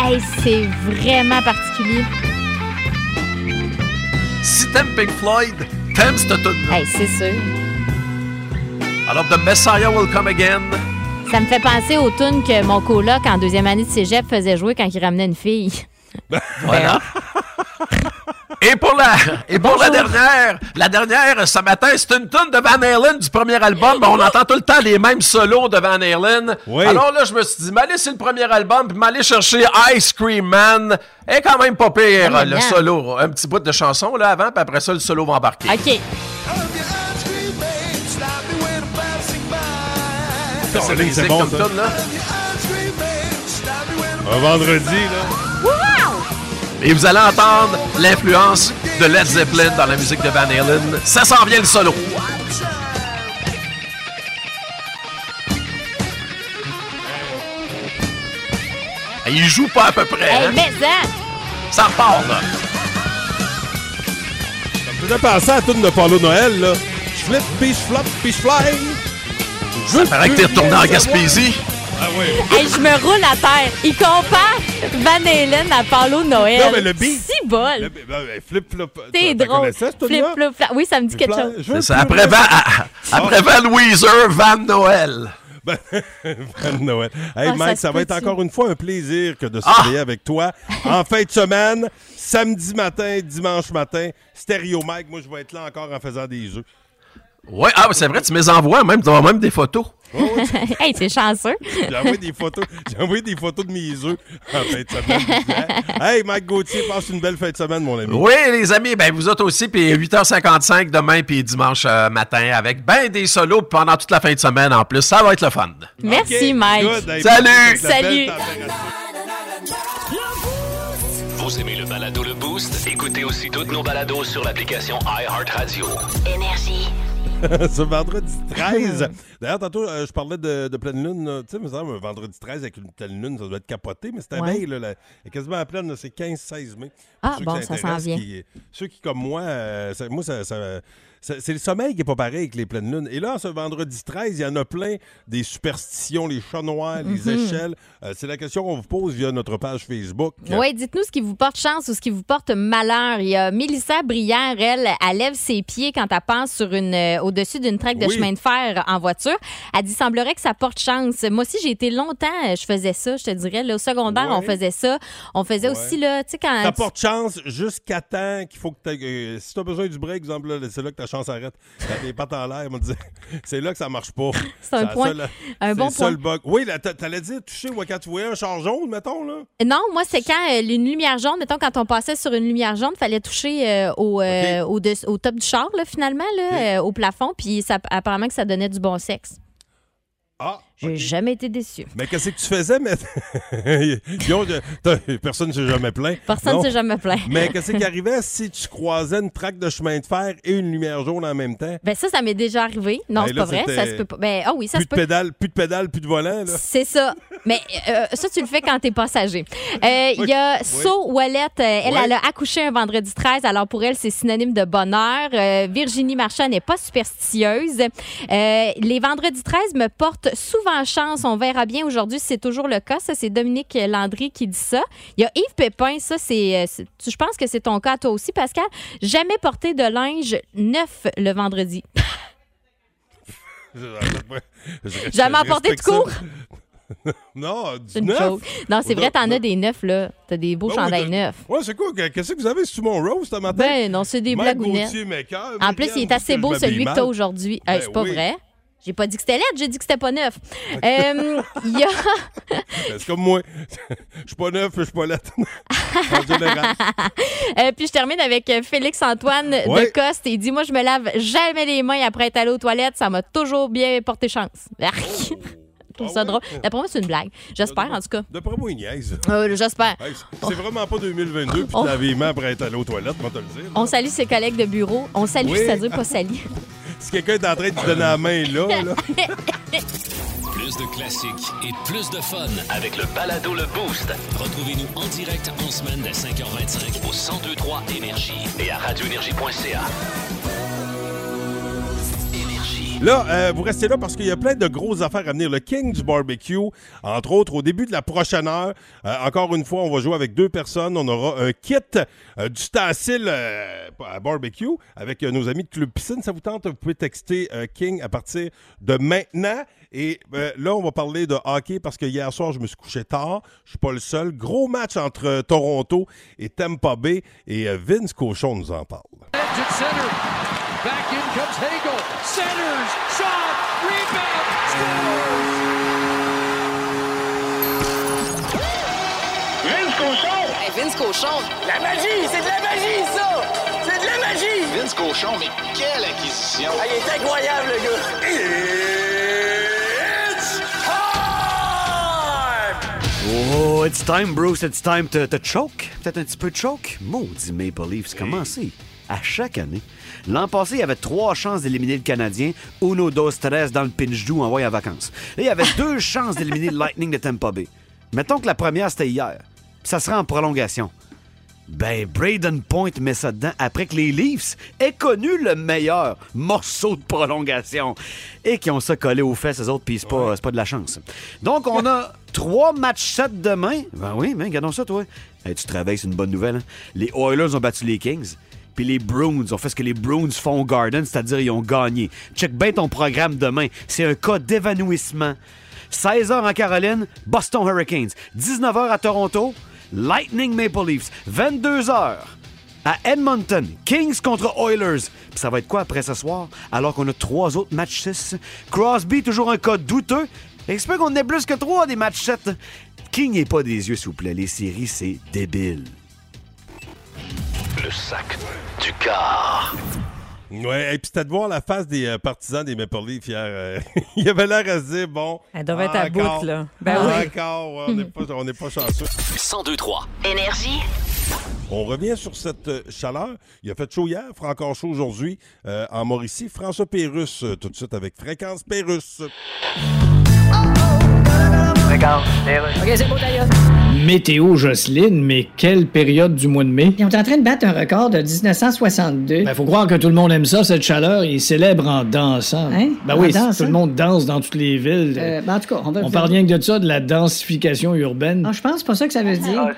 S2: Hey, c'est vraiment particulier.
S13: Si t'aimes Pink Floyd, t'aimes cette tune
S2: Hey, c'est sûr.
S13: Alors, The Messiah Will Come Again.
S2: Ça me fait penser aux tunes que mon coloc en deuxième année de cégep faisait jouer quand il ramenait une fille. (laughs)
S13: Voilà. (laughs) Et pour la, et pour la dernière, la dernière ce matin, c'est une tonne de Van Halen du premier album. Ben, on entend tout le temps les mêmes solos de Van Halen.
S1: Oui.
S13: Alors là, je me suis dit, m'aller sur le premier album, puis m'aller chercher Ice Cream Man. Et quand même pas pire,
S2: Ah, mais
S13: le
S2: non.
S13: solo. Un petit bout de chanson là avant, puis après ça, le solo va embarquer.
S2: OK.
S13: Ça,
S1: Oh,
S13: C'est
S1: Lynn,
S13: basic
S1: c'est bon,
S13: comme
S1: ça.
S13: tune, là.
S1: Un vendredi, là.
S13: Et vous allez entendre l'influence de Led Zeppelin dans la musique de Van Halen. Ça s'en vient le solo. Et Il joue pas à peu près.
S2: Hey,
S13: hein?
S2: mais ça!
S13: Ça repart, là.
S1: Tu devais penser à la tune de Paulo Noël, là. Je flip, puis je flop, puis je fly.
S13: Ça paraît que t'es retourné en Gaspésie.
S1: Ah oui.
S2: Hey, je me roule à terre. Il compare Van Halen à Paolo Noël.
S1: Non, mais le beat-
S2: Si bol.
S1: Le- ben, ben, flip, flop.
S2: T'es
S1: Tu la
S2: drôle.
S1: connaissais, cette
S2: Flip,
S1: tune-là?
S2: flop, flap. Oui, ça me dit
S1: Je
S2: quelque
S1: fly-
S2: chose.
S1: je
S13: C'est
S1: veux
S13: ça.
S1: plus
S13: Après,
S1: rien.
S13: Van, (laughs) après Van Weezer, Van Noël.
S1: Ah. Ben, (laughs) Van Noël. Hey,
S2: Ah, ça
S1: Mike,
S2: se
S1: ça, va être
S2: peut-tu?
S1: encore une fois un plaisir que de
S13: Ah.
S1: se réveiller avec toi en fin de semaine, samedi matin, dimanche matin, stéréo Mike. Moi, je vais être là encore en faisant des jeux.
S13: Ouais, ah, c'est vrai, tu me les envoies, même, tu envoies même des photos.
S2: (laughs) hey, t'es chanceux.
S1: (laughs) J'ai envoyé des photos, j'ai envoyé des photos de mes œufs en fin de semaine. hey, Mike Gauthier, passe une belle fin de semaine, mon ami.
S13: Oui, les amis, ben vous autres aussi, puis 8h55 demain, puis dimanche euh, matin, avec ben des solos pendant toute la fin de semaine en plus. Ça va être le fun.
S2: Merci,
S1: Ok,
S2: Mike.
S1: good. Hey,
S13: Salut.
S1: avec la
S2: Salut.
S1: belle température.
S5: Vous aimez le balado Le Boost? Écoutez aussi toutes nos balados sur l'application iHeartRadio.
S12: Énergie.
S1: (laughs) ce
S2: (laughs)
S1: vendredi 13. D'ailleurs, tantôt, euh, je parlais de, de pleine lune. là. Tu sais, il me semble un vendredi 13 avec une pleine lune, ça doit être capoté, mais c'était
S6: Ouais.
S1: veille, là, la- elle est quasiment à pleine, là, c'est 15-16 mai. Pour
S2: Ah,
S1: ceux qui
S2: bon, ça s'en
S1: s'intéressent,
S2: vient.
S1: qui- ceux qui, comme moi, euh, ça- moi, ça- ça- ça- c'est le sommeil qui n'est pas pareil avec les pleines lunes. Et là, ce vendredi 13, il y en a plein des superstitions, les chats noirs, les
S2: Mhm.
S1: échelles. Euh, c'est la question qu'on vous pose via notre page Facebook.
S2: Oui, dites-nous ce qui vous porte chance ou ce qui vous porte malheur. Il y a Mélissa Brière, elle, elle lève ses pieds quand elle passe sur une, euh, au-dessus d'une traque de
S1: Oui.
S2: chemin de fer en voiture. Elle dit semblerait que ça porte chance. Moi aussi, j'ai été longtemps, euh, je faisais ça, je te dirais. Là, au secondaire,
S1: Ouais.
S2: on faisait ça. On faisait
S1: Ouais.
S2: aussi, là, tu sais, quand.
S1: Ça
S2: tu-
S1: porte chance jusqu'à temps qu'il faut que t'ailles- euh, si t'as besoin du break, exemple, là, c'est là que ta chance arrête. T'as des pattes en l'air, on dit. (laughs) C'est là que ça marche pas.
S2: (laughs) C'est un
S1: la
S2: point.
S1: seule-
S2: Un
S1: c'est
S2: bon
S1: le seul bug. Oui, là, t'a- t'allais dire toucher ou quand tu voyais un char jaune, mettons, là.
S2: Non, moi, c'est quand euh, une lumière jaune, mettons, quand on passait sur une lumière jaune, fallait toucher euh, au, euh, au, de- au top du char, là, finalement, là, euh, au plafond. Puis ça, apparemment que ça donnait du bon sexe.
S1: Ah!
S2: J'ai jamais été déçue.
S1: Mais qu'est-ce que tu faisais, mais. (laughs) Ils ont- t'as- Personne ne s'est jamais plaint.
S2: Personne
S1: Non.
S2: ne s'est jamais plaint.
S1: (laughs) Mais qu'est-ce qui arrivait si tu croisais une traque de chemin de fer et une lumière jaune en même temps?
S2: Ben ça, ça m'est déjà arrivé. Non,
S1: Ben
S2: c'est
S1: là,
S2: pas vrai.
S1: c'était-
S2: Ça se peut pas. Ben, ah oui, ça
S1: plus,
S2: se
S1: de
S2: peut.
S1: pédale, plus de pédale, plus de volant, là.
S2: C'est ça. Mais euh, ça, tu le fais quand t'es passager. Euh, Il y a
S1: Oui.
S2: So Wallet. euh, elle,
S1: Oui.
S2: elle a accouché un vendredi 13. Alors, pour elle, c'est synonyme de bonheur. Euh, Virginie Marchand n'est pas superstitieuse. Euh, les vendredis 13 me portent souvent chance. On verra bien aujourd'hui si c'est toujours le cas. Ça, c'est Dominique Landry qui dit ça. Il y a Yves Pépin. Ça, c'est... euh, c'est- tu- Je pense que c'est ton cas à toi aussi, Pascal. Jamais porter de linge neuf le vendredi. Jamais emporté de cours.
S1: (laughs) Non, du
S2: C'est une
S1: neuf.
S2: joke. Non, c'est
S1: Au
S2: vrai,
S1: neuf,
S2: t'en
S1: neuf.
S2: as des neufs, là. T'as des beaux
S1: Ben oui,
S2: chandails
S1: t'as-
S2: neufs.
S1: Ouais, c'est quoi? que- Qu'est-ce que vous avez? C'est-tu mon roast ce matin?
S2: Ben non, c'est des
S1: Mike
S2: blagounettes.
S1: Gauthier, Maker,
S2: En plus,
S1: Myriam,
S2: il est
S1: parce
S2: assez
S1: que
S2: beau
S1: je m'habille
S2: celui que
S1: mal.
S2: t'as aujourd'hui. Hey,
S1: Ben
S2: c'est pas
S1: oui.
S2: vrai. J'ai pas dit que c'était laid, j'ai dit que c'était pas neuf. Euh, Il y a (laughs)
S1: Ben, C'est comme moi. (laughs) Je suis pas neuf, puis je suis pas latin. en général.
S2: Euh, puis je termine avec euh, Félix-Antoine
S1: Ouais.
S2: de Coste. Il dit Moi, je me lave jamais les mains après être allé aux toilettes. Ça m'a toujours bien porté chance. Arc. (laughs) je trouve ça
S1: Oh. Ah ouais?
S2: drôle. D'après moi, c'est une blague. J'espère, en tout cas.
S1: D'après moi, il (laughs) niaise.
S2: Euh, J'espère.
S1: Hey, c'est- c'est vraiment pas 2022, puis
S2: Oh.
S1: t'avais après être allé aux toilettes, moi te le dire.
S2: On salue ses collègues de bureau. On salue,
S1: Oui.
S2: c'est-à-dire pas
S1: (laughs)
S2: sali.
S1: Si quelqu'un est en train de te donner la main là, là.
S5: Plus de classiques et plus de fun avec le balado Le Boost. Retrouvez-nous en direct en semaine dès 5h25 au 1023 Énergie et à radioénergie.ca.
S1: Là, euh, vous restez là parce qu'il y a plein de grosses affaires à venir. Le King du barbecue, entre autres, au début de la prochaine heure. Euh, encore une fois, on va jouer avec deux personnes. On aura un kit euh, d'ustensiles euh, à barbecue avec euh, nos amis de Club Piscine. Ça vous tente? Vous pouvez texter euh, King à partir de maintenant. Et euh, là, on va parler de hockey parce que hier soir, je me suis couché tard. Je suis pas le seul. Gros match entre euh, Toronto et Tampa Bay. Et euh, Vince Cochon nous en parle.
S12: At center. Back in comes Hagel. Centers. Shot. Rebound.
S8: Vince Cochon! Vince Cochon! La magie! C'est de la magie, ça! C'est de la magie! Vince Cochon, mais quelle acquisition! il est incroyable, le gars! It's
S14: Oh, it's time, Bruce, it's time to, to choke. Peut-être un petit peu de choke. Maudit Maple Leafs, comment c'est? À chaque année. L'an passé, il y avait trois chances d'éliminer le Canadien. Uno, dos, tres dans le pinch en envoyé en vacances. Là, il y avait deux chances d'éliminer le Lightning de Tampa Bay. Mettons que la première, c'était hier. Puis Ça sera en prolongation. Ben, Braden Point met ça dedans après que les Leafs aient connu le meilleur morceau de prolongation et qui ont ça collé aux fesses, eux autres, puis c'est pas, c'est pas de la chance. Donc, on a trois matchs 7 demain. Ben oui, mais regardons ça, toi. Hey, tu travailles, c'est une bonne nouvelle. hein. Les Oilers ont battu les Kings, puis les Bruins ont fait ce que les Bruins font au Garden, c'est-à-dire ils ont gagné. Check bien ton programme demain. C'est un cas d'évanouissement. 16h en Caroline, Boston Hurricanes. 19h à Toronto, Lightning Maple Leafs. 22h à Edmonton, Kings contre Oilers. Puis ça va être quoi après ce soir, alors qu'on a trois autres matchs 6? Crosby, toujours un cas douteux. Et c'est qu'on en ait plus que trois des matchs 7. King pas des yeux, s'il vous plaît. Les séries, c'est débile.
S5: Le sac du car.
S1: Ouais, et puis c'était de voir la face des euh, partisans des Maple Leafs hier. euh, (laughs) il avait l'air à se dire, bon.
S6: Elle devait être à
S1: encore,
S6: bout, là. Ben
S1: encore,
S6: oui. (laughs)
S1: ouais, on n'est pas, on n'est pas chanceux. (laughs)
S5: 1023
S8: Énergie.
S1: On revient sur cette euh, chaleur. Il a fait chaud hier, il fera encore chaud aujourd'hui euh, en Mauricie. François Pérusse, euh, tout de suite avec Fréquence Pérusse.
S8: Regarde, OK, c'est beau, d'ailleurs.
S3: Météo Jocelyne, mais quelle période du mois de mai?
S4: Ils sont en train de battre un record de 1962.
S3: Ben, faut croire que tout le monde aime ça, cette chaleur. Ils célèbrent en dansant.
S4: Hein?
S3: Ben
S4: En
S3: oui,
S4: dansant?
S3: tout le monde danse dans toutes les villes.
S4: Euh, ben, en tout cas, on va
S3: on parle rien que de ça, de la densification urbaine.
S4: Ah, je pense pas ça que ça veut dire.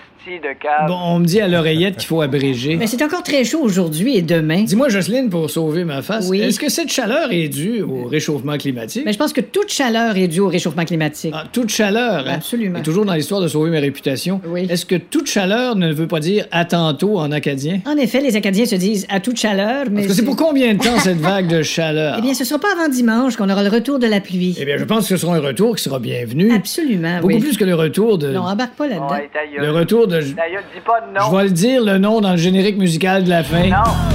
S3: Bon, on me dit à l'oreillette qu'il faut abréger.
S4: Mais c'est encore très chaud aujourd'hui et demain.
S3: Dis-moi, Jocelyne, pour sauver ma face,
S4: Oui.
S3: est-ce que cette chaleur est due au réchauffement climatique?
S4: Mais je pense que toute chaleur est due au réchauffement climatique.
S3: Ah, toute chaleur. hein?
S4: Absolument.
S3: Et toujours dans l'histoire de sauver ma réputation. Est-ce que toute chaleur ne veut pas dire à tantôt en acadien?
S4: En effet, les Acadiens se disent à toute chaleur, mais.
S3: Parce que c'est pour combien de temps cette vague de chaleur?
S4: (laughs) Eh bien, ce sera pas avant dimanche qu'on aura le retour de la pluie.
S3: Eh bien, je pense que ce sera un retour qui sera bienvenu.
S4: Absolument,
S3: Beaucoup
S4: oui.
S3: plus que le retour de.
S4: Non, embarque pas là-dedans.
S3: Le retour de. Je
S8: dis pas non.
S3: vais le dire le nom dans le générique musical de la fin.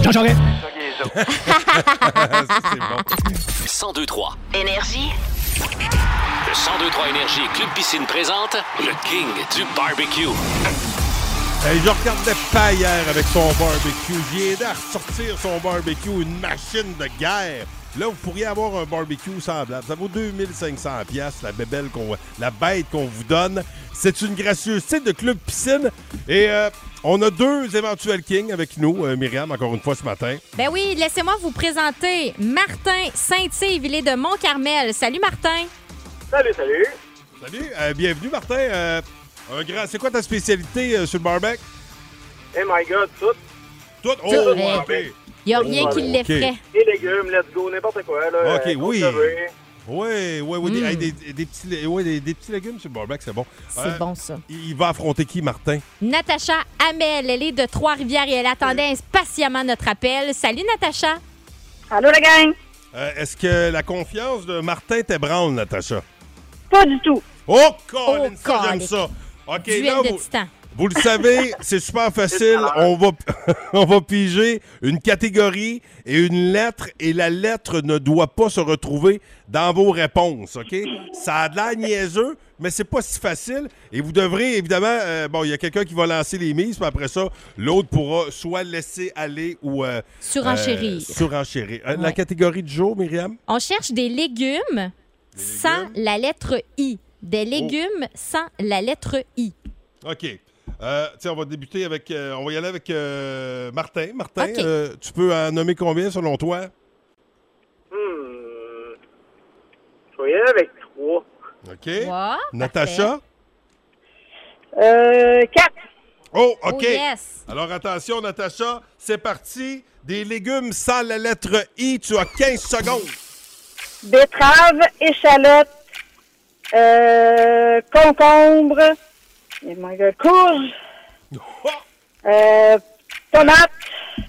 S3: Jean Charest.
S1: c'est bon.
S5: 1023.
S8: Énergie.
S5: Le 1023 Énergie et Club Piscine présente le King du barbecue.
S1: Hey, je regardais pas hier avec son barbecue. J'ai aidé à ressortir son barbecue, une machine de guerre. Là, vous pourriez avoir un barbecue semblable. Ça vaut 2500 pièces la bébelle qu'on, la bête qu'on vous donne. C'est une gracieuseté de Club Piscine. Et euh, on a deux éventuels kings avec nous. Euh, Myriam, encore une fois, ce matin.
S2: Ben oui, laissez-moi vous présenter Martin Saint-Yves, il est de Mont-Carmel. Salut Martin.
S1: Salut, salut. Salut, euh, bienvenue, Martin. Euh, un grand, c'est quoi ta spécialité euh, sur le barbecue?
S15: Hey Eh my god, tout.
S1: Tout, oh,
S15: Tout.
S1: ouais,
S15: Eh,
S2: y a
S1: Oh,
S2: rien qui
S1: ouais,
S2: l'effraie.
S1: ok.
S15: Les légumes, let's go, n'importe quoi, là.
S1: OK,
S15: euh,
S1: oui.
S15: conservé.
S1: Oui, oui, oui. Des, hey, des- des petits, lé- ouais, des, des petits légumes sur le barbecue, c'est bon. Euh,
S2: C'est bon, ça.
S1: Il il va affronter qui, Martin?
S2: Natacha Hamel, elle est de Trois-Rivières et elle attendait impatiemment notre appel. Salut Natacha.
S16: Allô la gang.
S1: Euh, Est-ce que la confiance de Martin t'ébranle, Natacha?
S16: Pas du tout.
S1: Oh, Colin, ça,
S2: Ah,
S1: j'aime
S16: colique.
S1: ça. OK,
S16: Duel
S1: là,
S16: de
S1: vous,
S2: titan.
S1: vous le savez, c'est super facile. On va, (laughs) on va piger une catégorie et une lettre, et la lettre ne doit pas se retrouver dans vos réponses, OK? Ça a de l'air niaiseux, mais c'est pas si facile. Et vous devrez, évidemment, euh, bon, il y a quelqu'un qui va lancer les mises, puis après ça, l'autre pourra soit laisser aller ou... euh,
S2: Surenchérir.
S1: euh, surenchérir. Euh, La
S2: Ouais.
S1: catégorie du jour, Myriam?
S2: On cherche des légumes sans la lettre I. Des légumes sans la lettre I.
S1: OK. Euh, tiens, on va débuter avec. euh, on va y aller avec euh, Martin. Martin,
S2: OK.
S1: euh, tu peux en nommer combien selon toi?
S15: Hmm. Je vais y aller avec trois.
S1: OK. Natacha?
S16: Euh, quatre.
S1: Oh, OK.
S16: Oh, yes.
S1: Alors attention, Natacha, c'est parti. Des légumes sans la lettre I. Tu as 15 secondes.
S16: Betterave, échalote, euh, concombre, eh my God, courge,
S1: Oh!
S16: euh, tomate.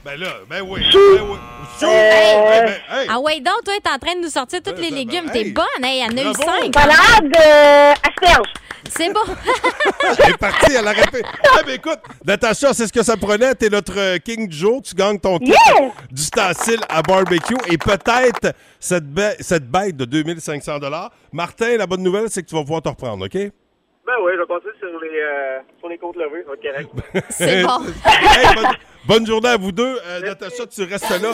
S1: Ben là, ben oui.
S16: Chou.
S1: Ben oui. Chou.
S16: Euh,
S1: Ben, ben, hey.
S2: Ah ouais, donc toi, t'es en train de nous sortir tous les légumes. T'es bonne, hey, elle en a eu
S1: Bravo.
S2: cinq. hein?
S16: Salade, euh, asperge.
S2: C'est bon.
S1: C'est parti, elle a répété. Ah, ben écoute, Natacha, c'est ce que ça prenait. T'es notre euh, king du jour. Tu gagnes ton kit
S16: Yeah!
S1: d'ustensile à barbecue et peut-être cette, ba- cette bête de 2500 Martin, la bonne nouvelle, c'est que tu vas pouvoir te reprendre, OK?
S15: Ben oui, je vais passer sur les, euh, sur les côtes levées, ça va être correct.
S2: (laughs)
S1: Hey, bonne, bonne journée à vous deux. Euh, Natacha, tu restes là.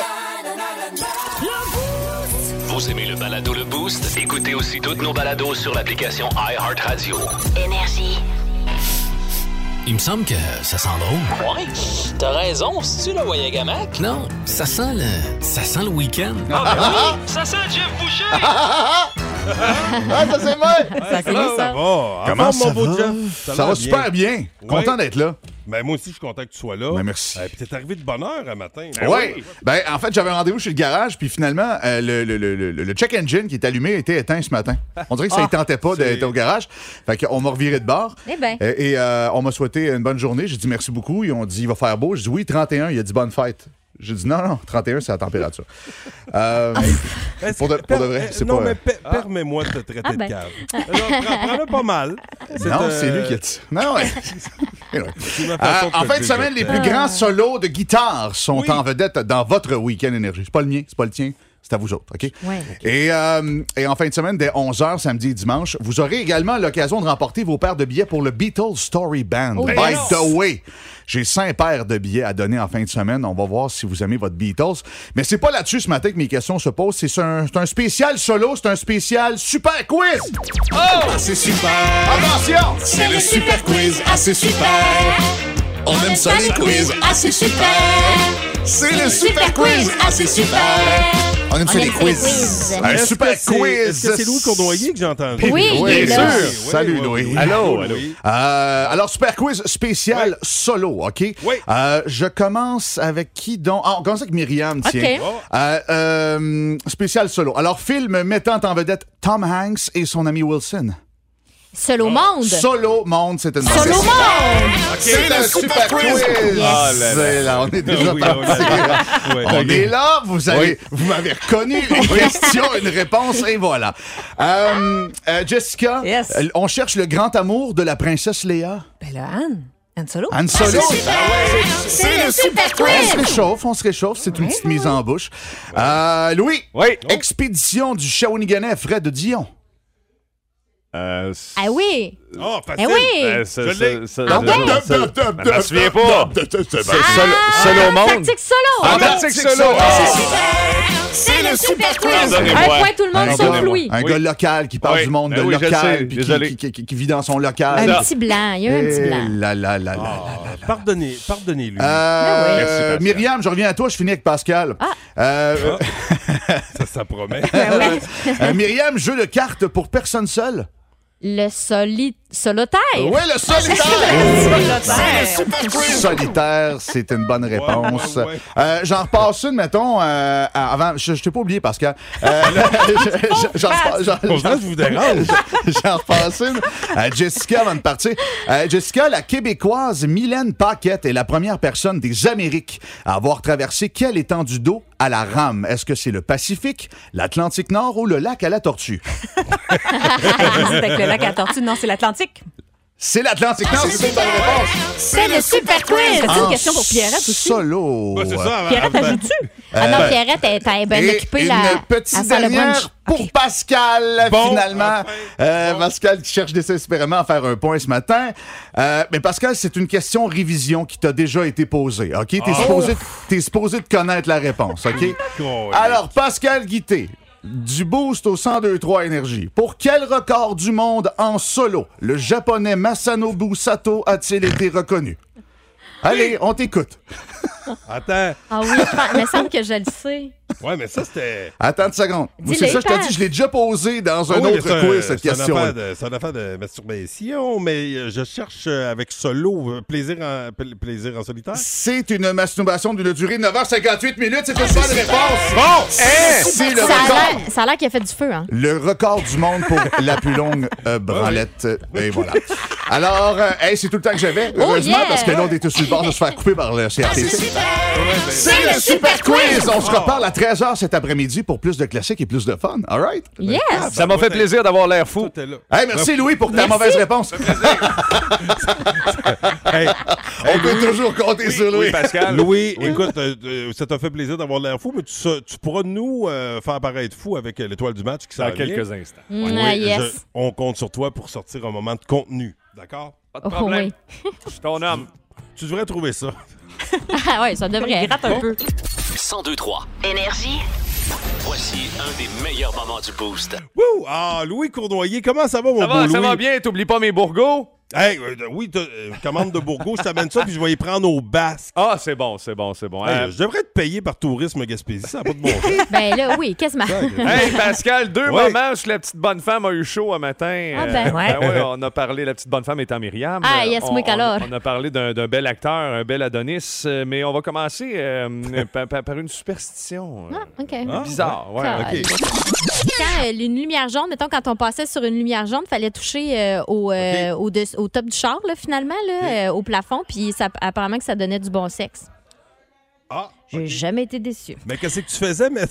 S5: Vous aimez le balado Le Boost? Écoutez aussi toutes nos balados sur l'application iHeartRadio.
S8: Énergie.
S7: Il me semble que ça sent drôle.
S5: Ouais, Oh. t'as raison, c'est-tu le Wayagamac? Ah,
S7: Non, ça sent le, ça sent le week-end.
S8: Ah,
S15: Ah,
S5: ça sent Jeff Boucher!
S15: (laughs)
S11: ah, ça c'est moi!
S1: Hey, comment ça va?
S11: Comment
S1: En forme,
S11: ça
S1: mon beau
S11: va?
S1: Jeff?
S11: Ça va super bien. Content d'être là.
S1: Ben, moi aussi, je suis content que tu sois là. merci. Et puis, t'es arrivé de bonne heure à matin.
S11: Oui. ouais. Ben, en fait, j'avais rendez-vous chez le garage, puis finalement, euh, le, le- le- le- le check engine qui est allumé était éteint ce matin. On dirait que ça
S2: Ah,
S11: ne tentait pas d'être au garage. Fait qu'on m'a reviré de bord.
S2: Eh ben.
S11: Euh, Et, euh, on m'a souhaité une bonne journée. J'ai dit merci beaucoup. Ils ont dit il va faire beau. J'ai dit oui, 31. Il a dit bonne fête. J'ai dit non, non, 31, c'est la température. Euh, pour, de, pour de vrai,
S1: Eh,
S11: c'est
S1: non,
S11: pas. euh,
S1: mais pe- permets-moi de te traiter
S11: Ah ben. (laughs)
S1: de cave. Alors, prends- Prends-le pas mal.
S11: Non,
S1: euh,
S11: c'est lui qui a dit. Non, (laughs) ouais. Anyway.
S1: ma
S11: Euh,
S1: façon que
S11: en fin
S1: je le
S11: de
S1: dis,
S11: semaine, les
S1: Jeff.
S11: plus
S1: Ah.
S11: grands solos de guitare sont en vedette dans votre week-end énergie. C'est pas le mien, c'est pas le tien, C'est à vous autres, OK? Et, euh, et en fin de semaine, dès 11h, samedi et dimanche, vous aurez également l'occasion de remporter vos paires de billets pour le Beatles Story Band.
S8: Oh,
S11: By
S8: yes!
S11: the way, j'ai cinq paires de billets à donner en fin de semaine. On va voir si vous aimez votre Beatles. Mais c'est pas là-dessus ce matin que mes questions se posent. C'est sur un, c'est un spécial solo, c'est un spécial super quiz! Oh! c'est super! Attention! C'est le super quiz, ah c'est super! On aime ça les quiz, ah c'est super! C'est le super quiz, ah c'est super! On aime ça les quiz! Un
S1: Est-ce
S11: super
S1: que c'est-
S11: quiz!
S1: Est-ce que c'est Louis Cournoyer que j'ai entendu?
S11: bien sûr. Salut,
S1: oui,
S11: Louis.
S1: oui.
S11: Allô.
S1: Allô.
S11: Euh, alors, super quiz spécial solo, OK? Oui. je commence avec qui donc? Ah, on commence avec Myriam,
S8: OK.
S11: tiens. Euh, euh, spécial solo. Alors, film mettant en vedette Tom Hanks et son ami Wilson.
S2: Seul au monde.
S11: Oh. Solo monde, c'est une
S2: Seul au
S11: bonne-
S2: monde.
S11: C'est le super quiz!
S8: Ah là là.
S11: C'est là, on est déjà
S8: Oui,
S11: parti. On
S8: ok.
S11: est là, vous avez,
S8: Oui.
S11: vous m'avez reconnu une question, une réponse, et voilà. Euh, euh, Jessica, euh, on cherche le grand amour de la princesse Léa.
S6: Ben là, Anne. Anne Solo.
S11: Anne Solo.
S8: Ah C'est le super
S11: On se
S8: quiz!
S11: réchauffe, on se réchauffe, c'est une petite mise en bouche. Euh, Louis, expédition du Shawiniganais, Fred de Dion.
S17: Euh,
S2: Ah oui.
S1: Oh,
S2: Eh oui.
S17: euh, ça- ça- ça- ça-
S2: Ah ouais?
S17: ça- ça- Je me souviens pas. C'est seul, seul au
S2: Ah,
S17: monde.
S2: Tactique solo.
S17: Ah, Tactique solo. Ah, c'est super.
S2: C'est le super quiz.
S11: Pardonnez-moi.
S2: Un point tout le
S11: Un
S8: Ah,
S2: monde sauf
S11: gars-
S2: Louis.
S11: Un gars local qui parle
S17: Oui.
S11: du monde
S17: Ben oui, je le sais,
S11: local, puis qui-
S17: désolé.
S11: qui, qui- qui vit dans son local.
S2: Un petit blanc. Il y a eu un petit
S11: Eh
S2: blanc.
S11: là là là là.
S17: Ah.
S1: Pardonnez, pardonnez-lui.
S2: Ah
S11: Euh,
S1: Ben oui. Merci, Pascal.
S11: Myriam, je reviens à toi, je finis avec Pascal. Euh,
S17: Ah.
S11: (laughs)
S1: Ça, ça promet.
S2: Ben
S11: euh, Myriam, jeu de cartes pour personne seule.
S2: Le soli... solitaire.
S11: Oui, le solitaire. Solitaire, c'est une bonne réponse. Euh, J'en repasse une, mettons, euh, à- avant. Je, je t'ai pas oublié, Pascal.
S1: (laughs)
S11: Euh, (laughs) je- j'en repasse- j'en-
S1: Pour vrai, je vous dérange.
S11: (laughs) J'en repasse une. à Jessica, avant de partir. Euh, Jessica, la Québécoise Mylène Paquette est la première personne des Amériques à avoir traversé quel étang du dos à la rame? Est-ce que c'est le Pacifique, l'Atlantique Nord ou le lac à la
S1: (laughs)
S11: tortue?
S6: Vous êtes (laughs) avec le lac à la tortue. Non, c'est l'Atlantique.
S11: C'est l'Atlantique
S1: Ah,
S11: Nord, c'est une bonne réponse. Ah,
S2: C'est le super quiz.
S6: C'est une question pour Pierrette aussi.
S11: Solo.
S2: Pierrette, elle joue-tu? Ah non,
S11: Euh,
S2: Pierrette, elle est
S11: Et
S2: bien occupée
S11: une
S2: là. à
S11: petite
S2: faire le
S11: dernière
S2: brunch.
S11: pour Pascal,
S2: Bon,
S11: finalement. Euh, Pascal qui cherche désespérément à faire un point ce matin. Euh, mais Pascal, c'est une question révision qui t'a déjà été posée, OK? T'es
S8: Oh.
S11: supposé, t'es supposé de connaître la réponse, OK?
S1: Oh,
S8: Ah,
S11: Alors, Pascal Guité, du Boost au 102.3 Énergie. Pour quel record du monde en solo le japonais Masanobu Sato a-t-il été reconnu? Allez, on t'écoute.
S1: Attends.
S2: Ah oui, je pense- il me semble que je le sais.
S1: Ouais, mais ça, c'était.
S11: Attends une seconde.
S2: Dis-le,
S11: C'est ça, je
S2: Pat.
S11: t'ai dit, je l'ai déjà posé dans un
S1: Ah oui,
S11: autre
S1: c'est un-
S11: quiz, cette
S1: c'est une
S11: question.
S1: affaire de- C'est une affaire de masturbation, mais euh, je cherche euh, avec solo euh, plaisir en, pl- plaisir en solitaire.
S11: C'est une masturbation d'une durée de 9h58 minutes. C'est une bonne réponse.
S1: Bon,
S11: eh, c'est le
S2: Ah, Ça a
S11: record.
S2: l'air- Ça a l'air qu'il a fait du feu, hein? (laughs)
S11: Le record du monde
S8: (laughs)
S11: pour la plus longue euh, branlette. Et voilà. Alors, euh, hey, c'est tout le temps que j'avais.
S8: Oh,
S11: Heureusement,
S8: yeah. Ah,
S11: parce que là, on était sur le bord de se faire couper par le CRTC.
S8: C'est le super
S11: Quiz!
S8: quiz!
S11: On se reparle à 13h cet après-midi pour plus de classiques et plus de fun. All right?
S2: Yes!
S13: Ça m'a fait plaisir d'avoir l'air fou.
S11: Hey, merci Louis pour ta
S13: Merci.
S11: mauvaise réponse. (laughs) On peut toujours compter sur (laughs) Louis.
S1: Louis, écoute, euh, euh, ça t'a fait plaisir d'avoir l'air fou, mais tu, sa- tu pourras nous euh, faire paraître fou avec euh, l'étoile du match qui s'en
S17: Dans quelques
S1: vient.
S17: instants.
S2: Mm, ah, yes.
S1: je- on compte sur toi pour sortir un moment de contenu. D'accord?
S17: Pas
S2: de Oh, problème.
S17: Je suis ton homme.
S1: Tu devrais trouver ça.
S2: Ah ouais, ça devrait.
S5: Gratte
S1: Oh.
S5: un
S2: peu.
S5: 1023.
S2: Énergie.
S5: Voici un des meilleurs moments du boost.
S1: Wouh! Ah, Louis Cournoyer, comment ça va, mon
S5: Ça va,
S1: beau
S5: ça
S1: Louis?
S5: va
S17: bien, t'oublies pas mes bourgots?
S1: Hey, euh, oui, t'as- euh, commande de bourgots, je t'amène ça, puis je vais y prendre au basque.
S17: Ah, c'est bon,
S1: (laughs)
S17: c'est bon, c'est bon. Euh,
S1: je devrais être payé par Tourisme Gaspésie, ça n'a pas de bon sens.
S2: Ben là, oui, quasiment.
S17: Hey Pascal, deux
S1: Ouais.
S17: moments où la petite bonne femme a eu chaud un matin.
S2: Ah ben.
S17: Euh,
S2: Ouais.
S17: ouais, on a parlé, la petite bonne femme étant Myriam.
S2: Ah,
S17: Euh,
S2: yes,
S17: on,
S2: moi qu'alors.
S17: on, on a parlé d'un d'un bel acteur, un bel Adonis, euh, mais on va commencer euh, (laughs) par, par- par une superstition euh,
S2: Ah, OK.
S17: bizarre. Ouais,
S2: Ah,
S17: ok.
S2: Quand euh, une lumière jaune, mettons, quand on passait sur une lumière jaune, fallait toucher euh, au, euh, au, de- au top du char, là, finalement, là, euh, au plafond, puis ça, apparemment que ça donnait du bon sexe.
S1: Ah!
S2: J'ai jamais été déçu.
S1: Mais qu'est-ce que tu faisais, mais.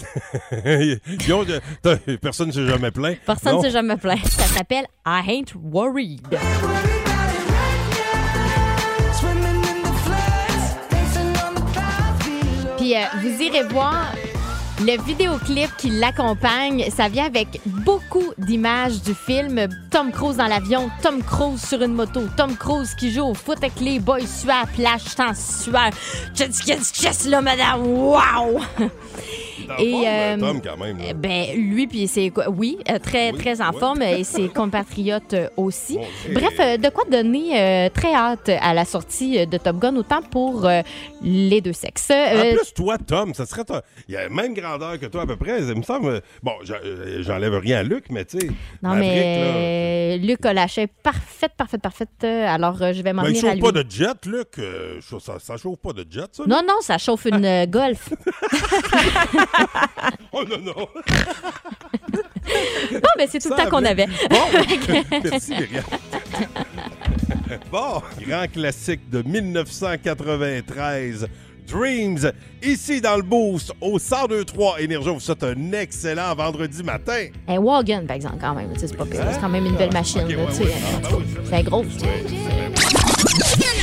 S1: (laughs) Ils ont- t'as- Personne ne s'est jamais plaint.
S2: Personne
S1: Non.
S2: ne sait jamais plaint. Ça s'appelle I Ain't Worried. Puis euh, vous irez voir Le vidéoclip qui l'accompagne, ça vient avec beaucoup d'images du film. Tom Cruise dans l'avion, Tom Cruise sur une moto, Tom Cruise qui joue au foot avec les boys sueur, plage sans sueur. Just, just, just là, madame, wow!
S1: Et
S2: euh,
S1: Tom, quand même. là.
S2: Ben, lui, puis c'est quoi? Oui, euh, très, très en forme
S1: (laughs)
S2: et ses compatriotes euh, aussi. Bref, euh, de quoi donner euh, très hâte à la sortie euh, de Top Gun, autant pour euh, les deux sexes. Euh,
S1: En plus, toi, Tom, ça serait ta- Il a la même grandeur que toi à peu près. Il me semble. Bon, je- euh, j'enlève rien à Luc, mais tu sais.
S2: non,
S1: Maverick,
S2: mais euh, Luc a lâché parfaite, parfaite, parfaite. euh, Alors, euh, je vais m'en
S1: là, ben, il
S2: venir à
S1: chauffe
S2: lui.
S1: pas de jet, Luc. Euh, chauffe- ça, ça chauffe pas de jet, ça.
S2: Non, non, ça chauffe une euh,
S1: (laughs)
S2: Golf.
S1: Luc? Oh, non,
S8: (laughs)
S1: non.
S2: Non,
S8: Ben,
S2: mais c'est tout le
S1: Ça ben,
S2: temps qu'on
S1: avait-
S2: avait.
S8: (laughs)
S1: Bon, merci, Myriam. (laughs) Bon, grand classique de 1993, Dreams, ici dans le Boost, au 1023 Énergie. On vous souhaite un excellent vendredi matin.
S2: Un Eh, Wagon, par exemple, quand même. tu sais, C'est pas pire. C'est quand même une belle machine. là, tu sais. C'est gros.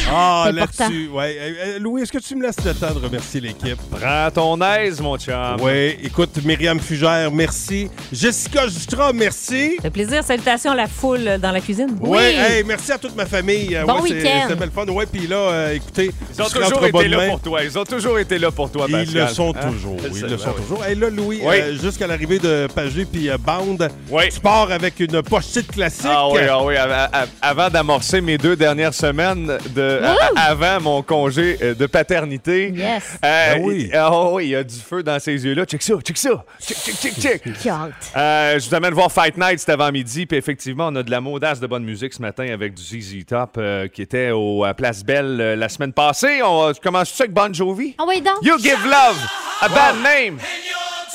S1: Ah,
S2: C'est
S1: là-dessus, ouais. Euh, euh, Louis, est-ce que tu me laisses le temps de remercier l'équipe?
S17: Prends ton aise, mon chum.
S1: Oui, écoute, Myriam Fugère, merci. Jessica Justra, merci.
S6: fait plaisir. Salutations à la foule dans la cuisine.
S1: Oui, hey, merci à toute ma famille. Euh,
S6: Bon
S1: ouais, c'est-
S6: week-end.
S1: C'était belle fun. Ouais, puis là, euh, écoutez,
S17: Ils ont
S1: tu te rentres
S17: toujours
S1: bonne
S17: été là
S1: main.
S17: pour toi. Ils ont toujours été là pour toi,
S1: Ils
S17: Pascal.
S1: le sont
S17: Hein?
S1: toujours.
S17: Je
S1: oui,
S17: sais,
S1: ils le
S17: ben
S1: sont
S17: oui.
S1: toujours. Et là, Louis,
S17: Oui.
S1: euh, jusqu'à l'arrivée de Pagé puis euh, Bound, tu pars avec une pochette classique.
S17: Ah oui, ah oui, av- av- avant d'amorcer mes deux dernières semaines, de, a-
S1: Woo!
S17: a- avant mon congé euh, de paternité.
S2: Yes.
S17: Euh,
S1: Ah oui.
S17: il- Ah oui, il y a du feu dans ses yeux-là. Check ça, check ça. Check, check, check, check. Euh, je vous amène voir Fight Night, c'était avant midi. Puis effectivement, on a de la maudace de bonne musique ce matin avec du ZZ Top euh, qui était au, à Place Belle euh, la semaine passée. On commence ça avec Bon Jovi.
S2: Ah oui, donc.
S17: You give love a bad name.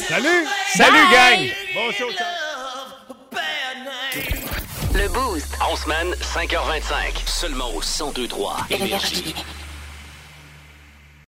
S1: Salut!
S17: Salut, gang!
S1: Bon show, ciao.
S5: Le Boost. En semaine, 5h25. Seulement au 102.3 Énergie.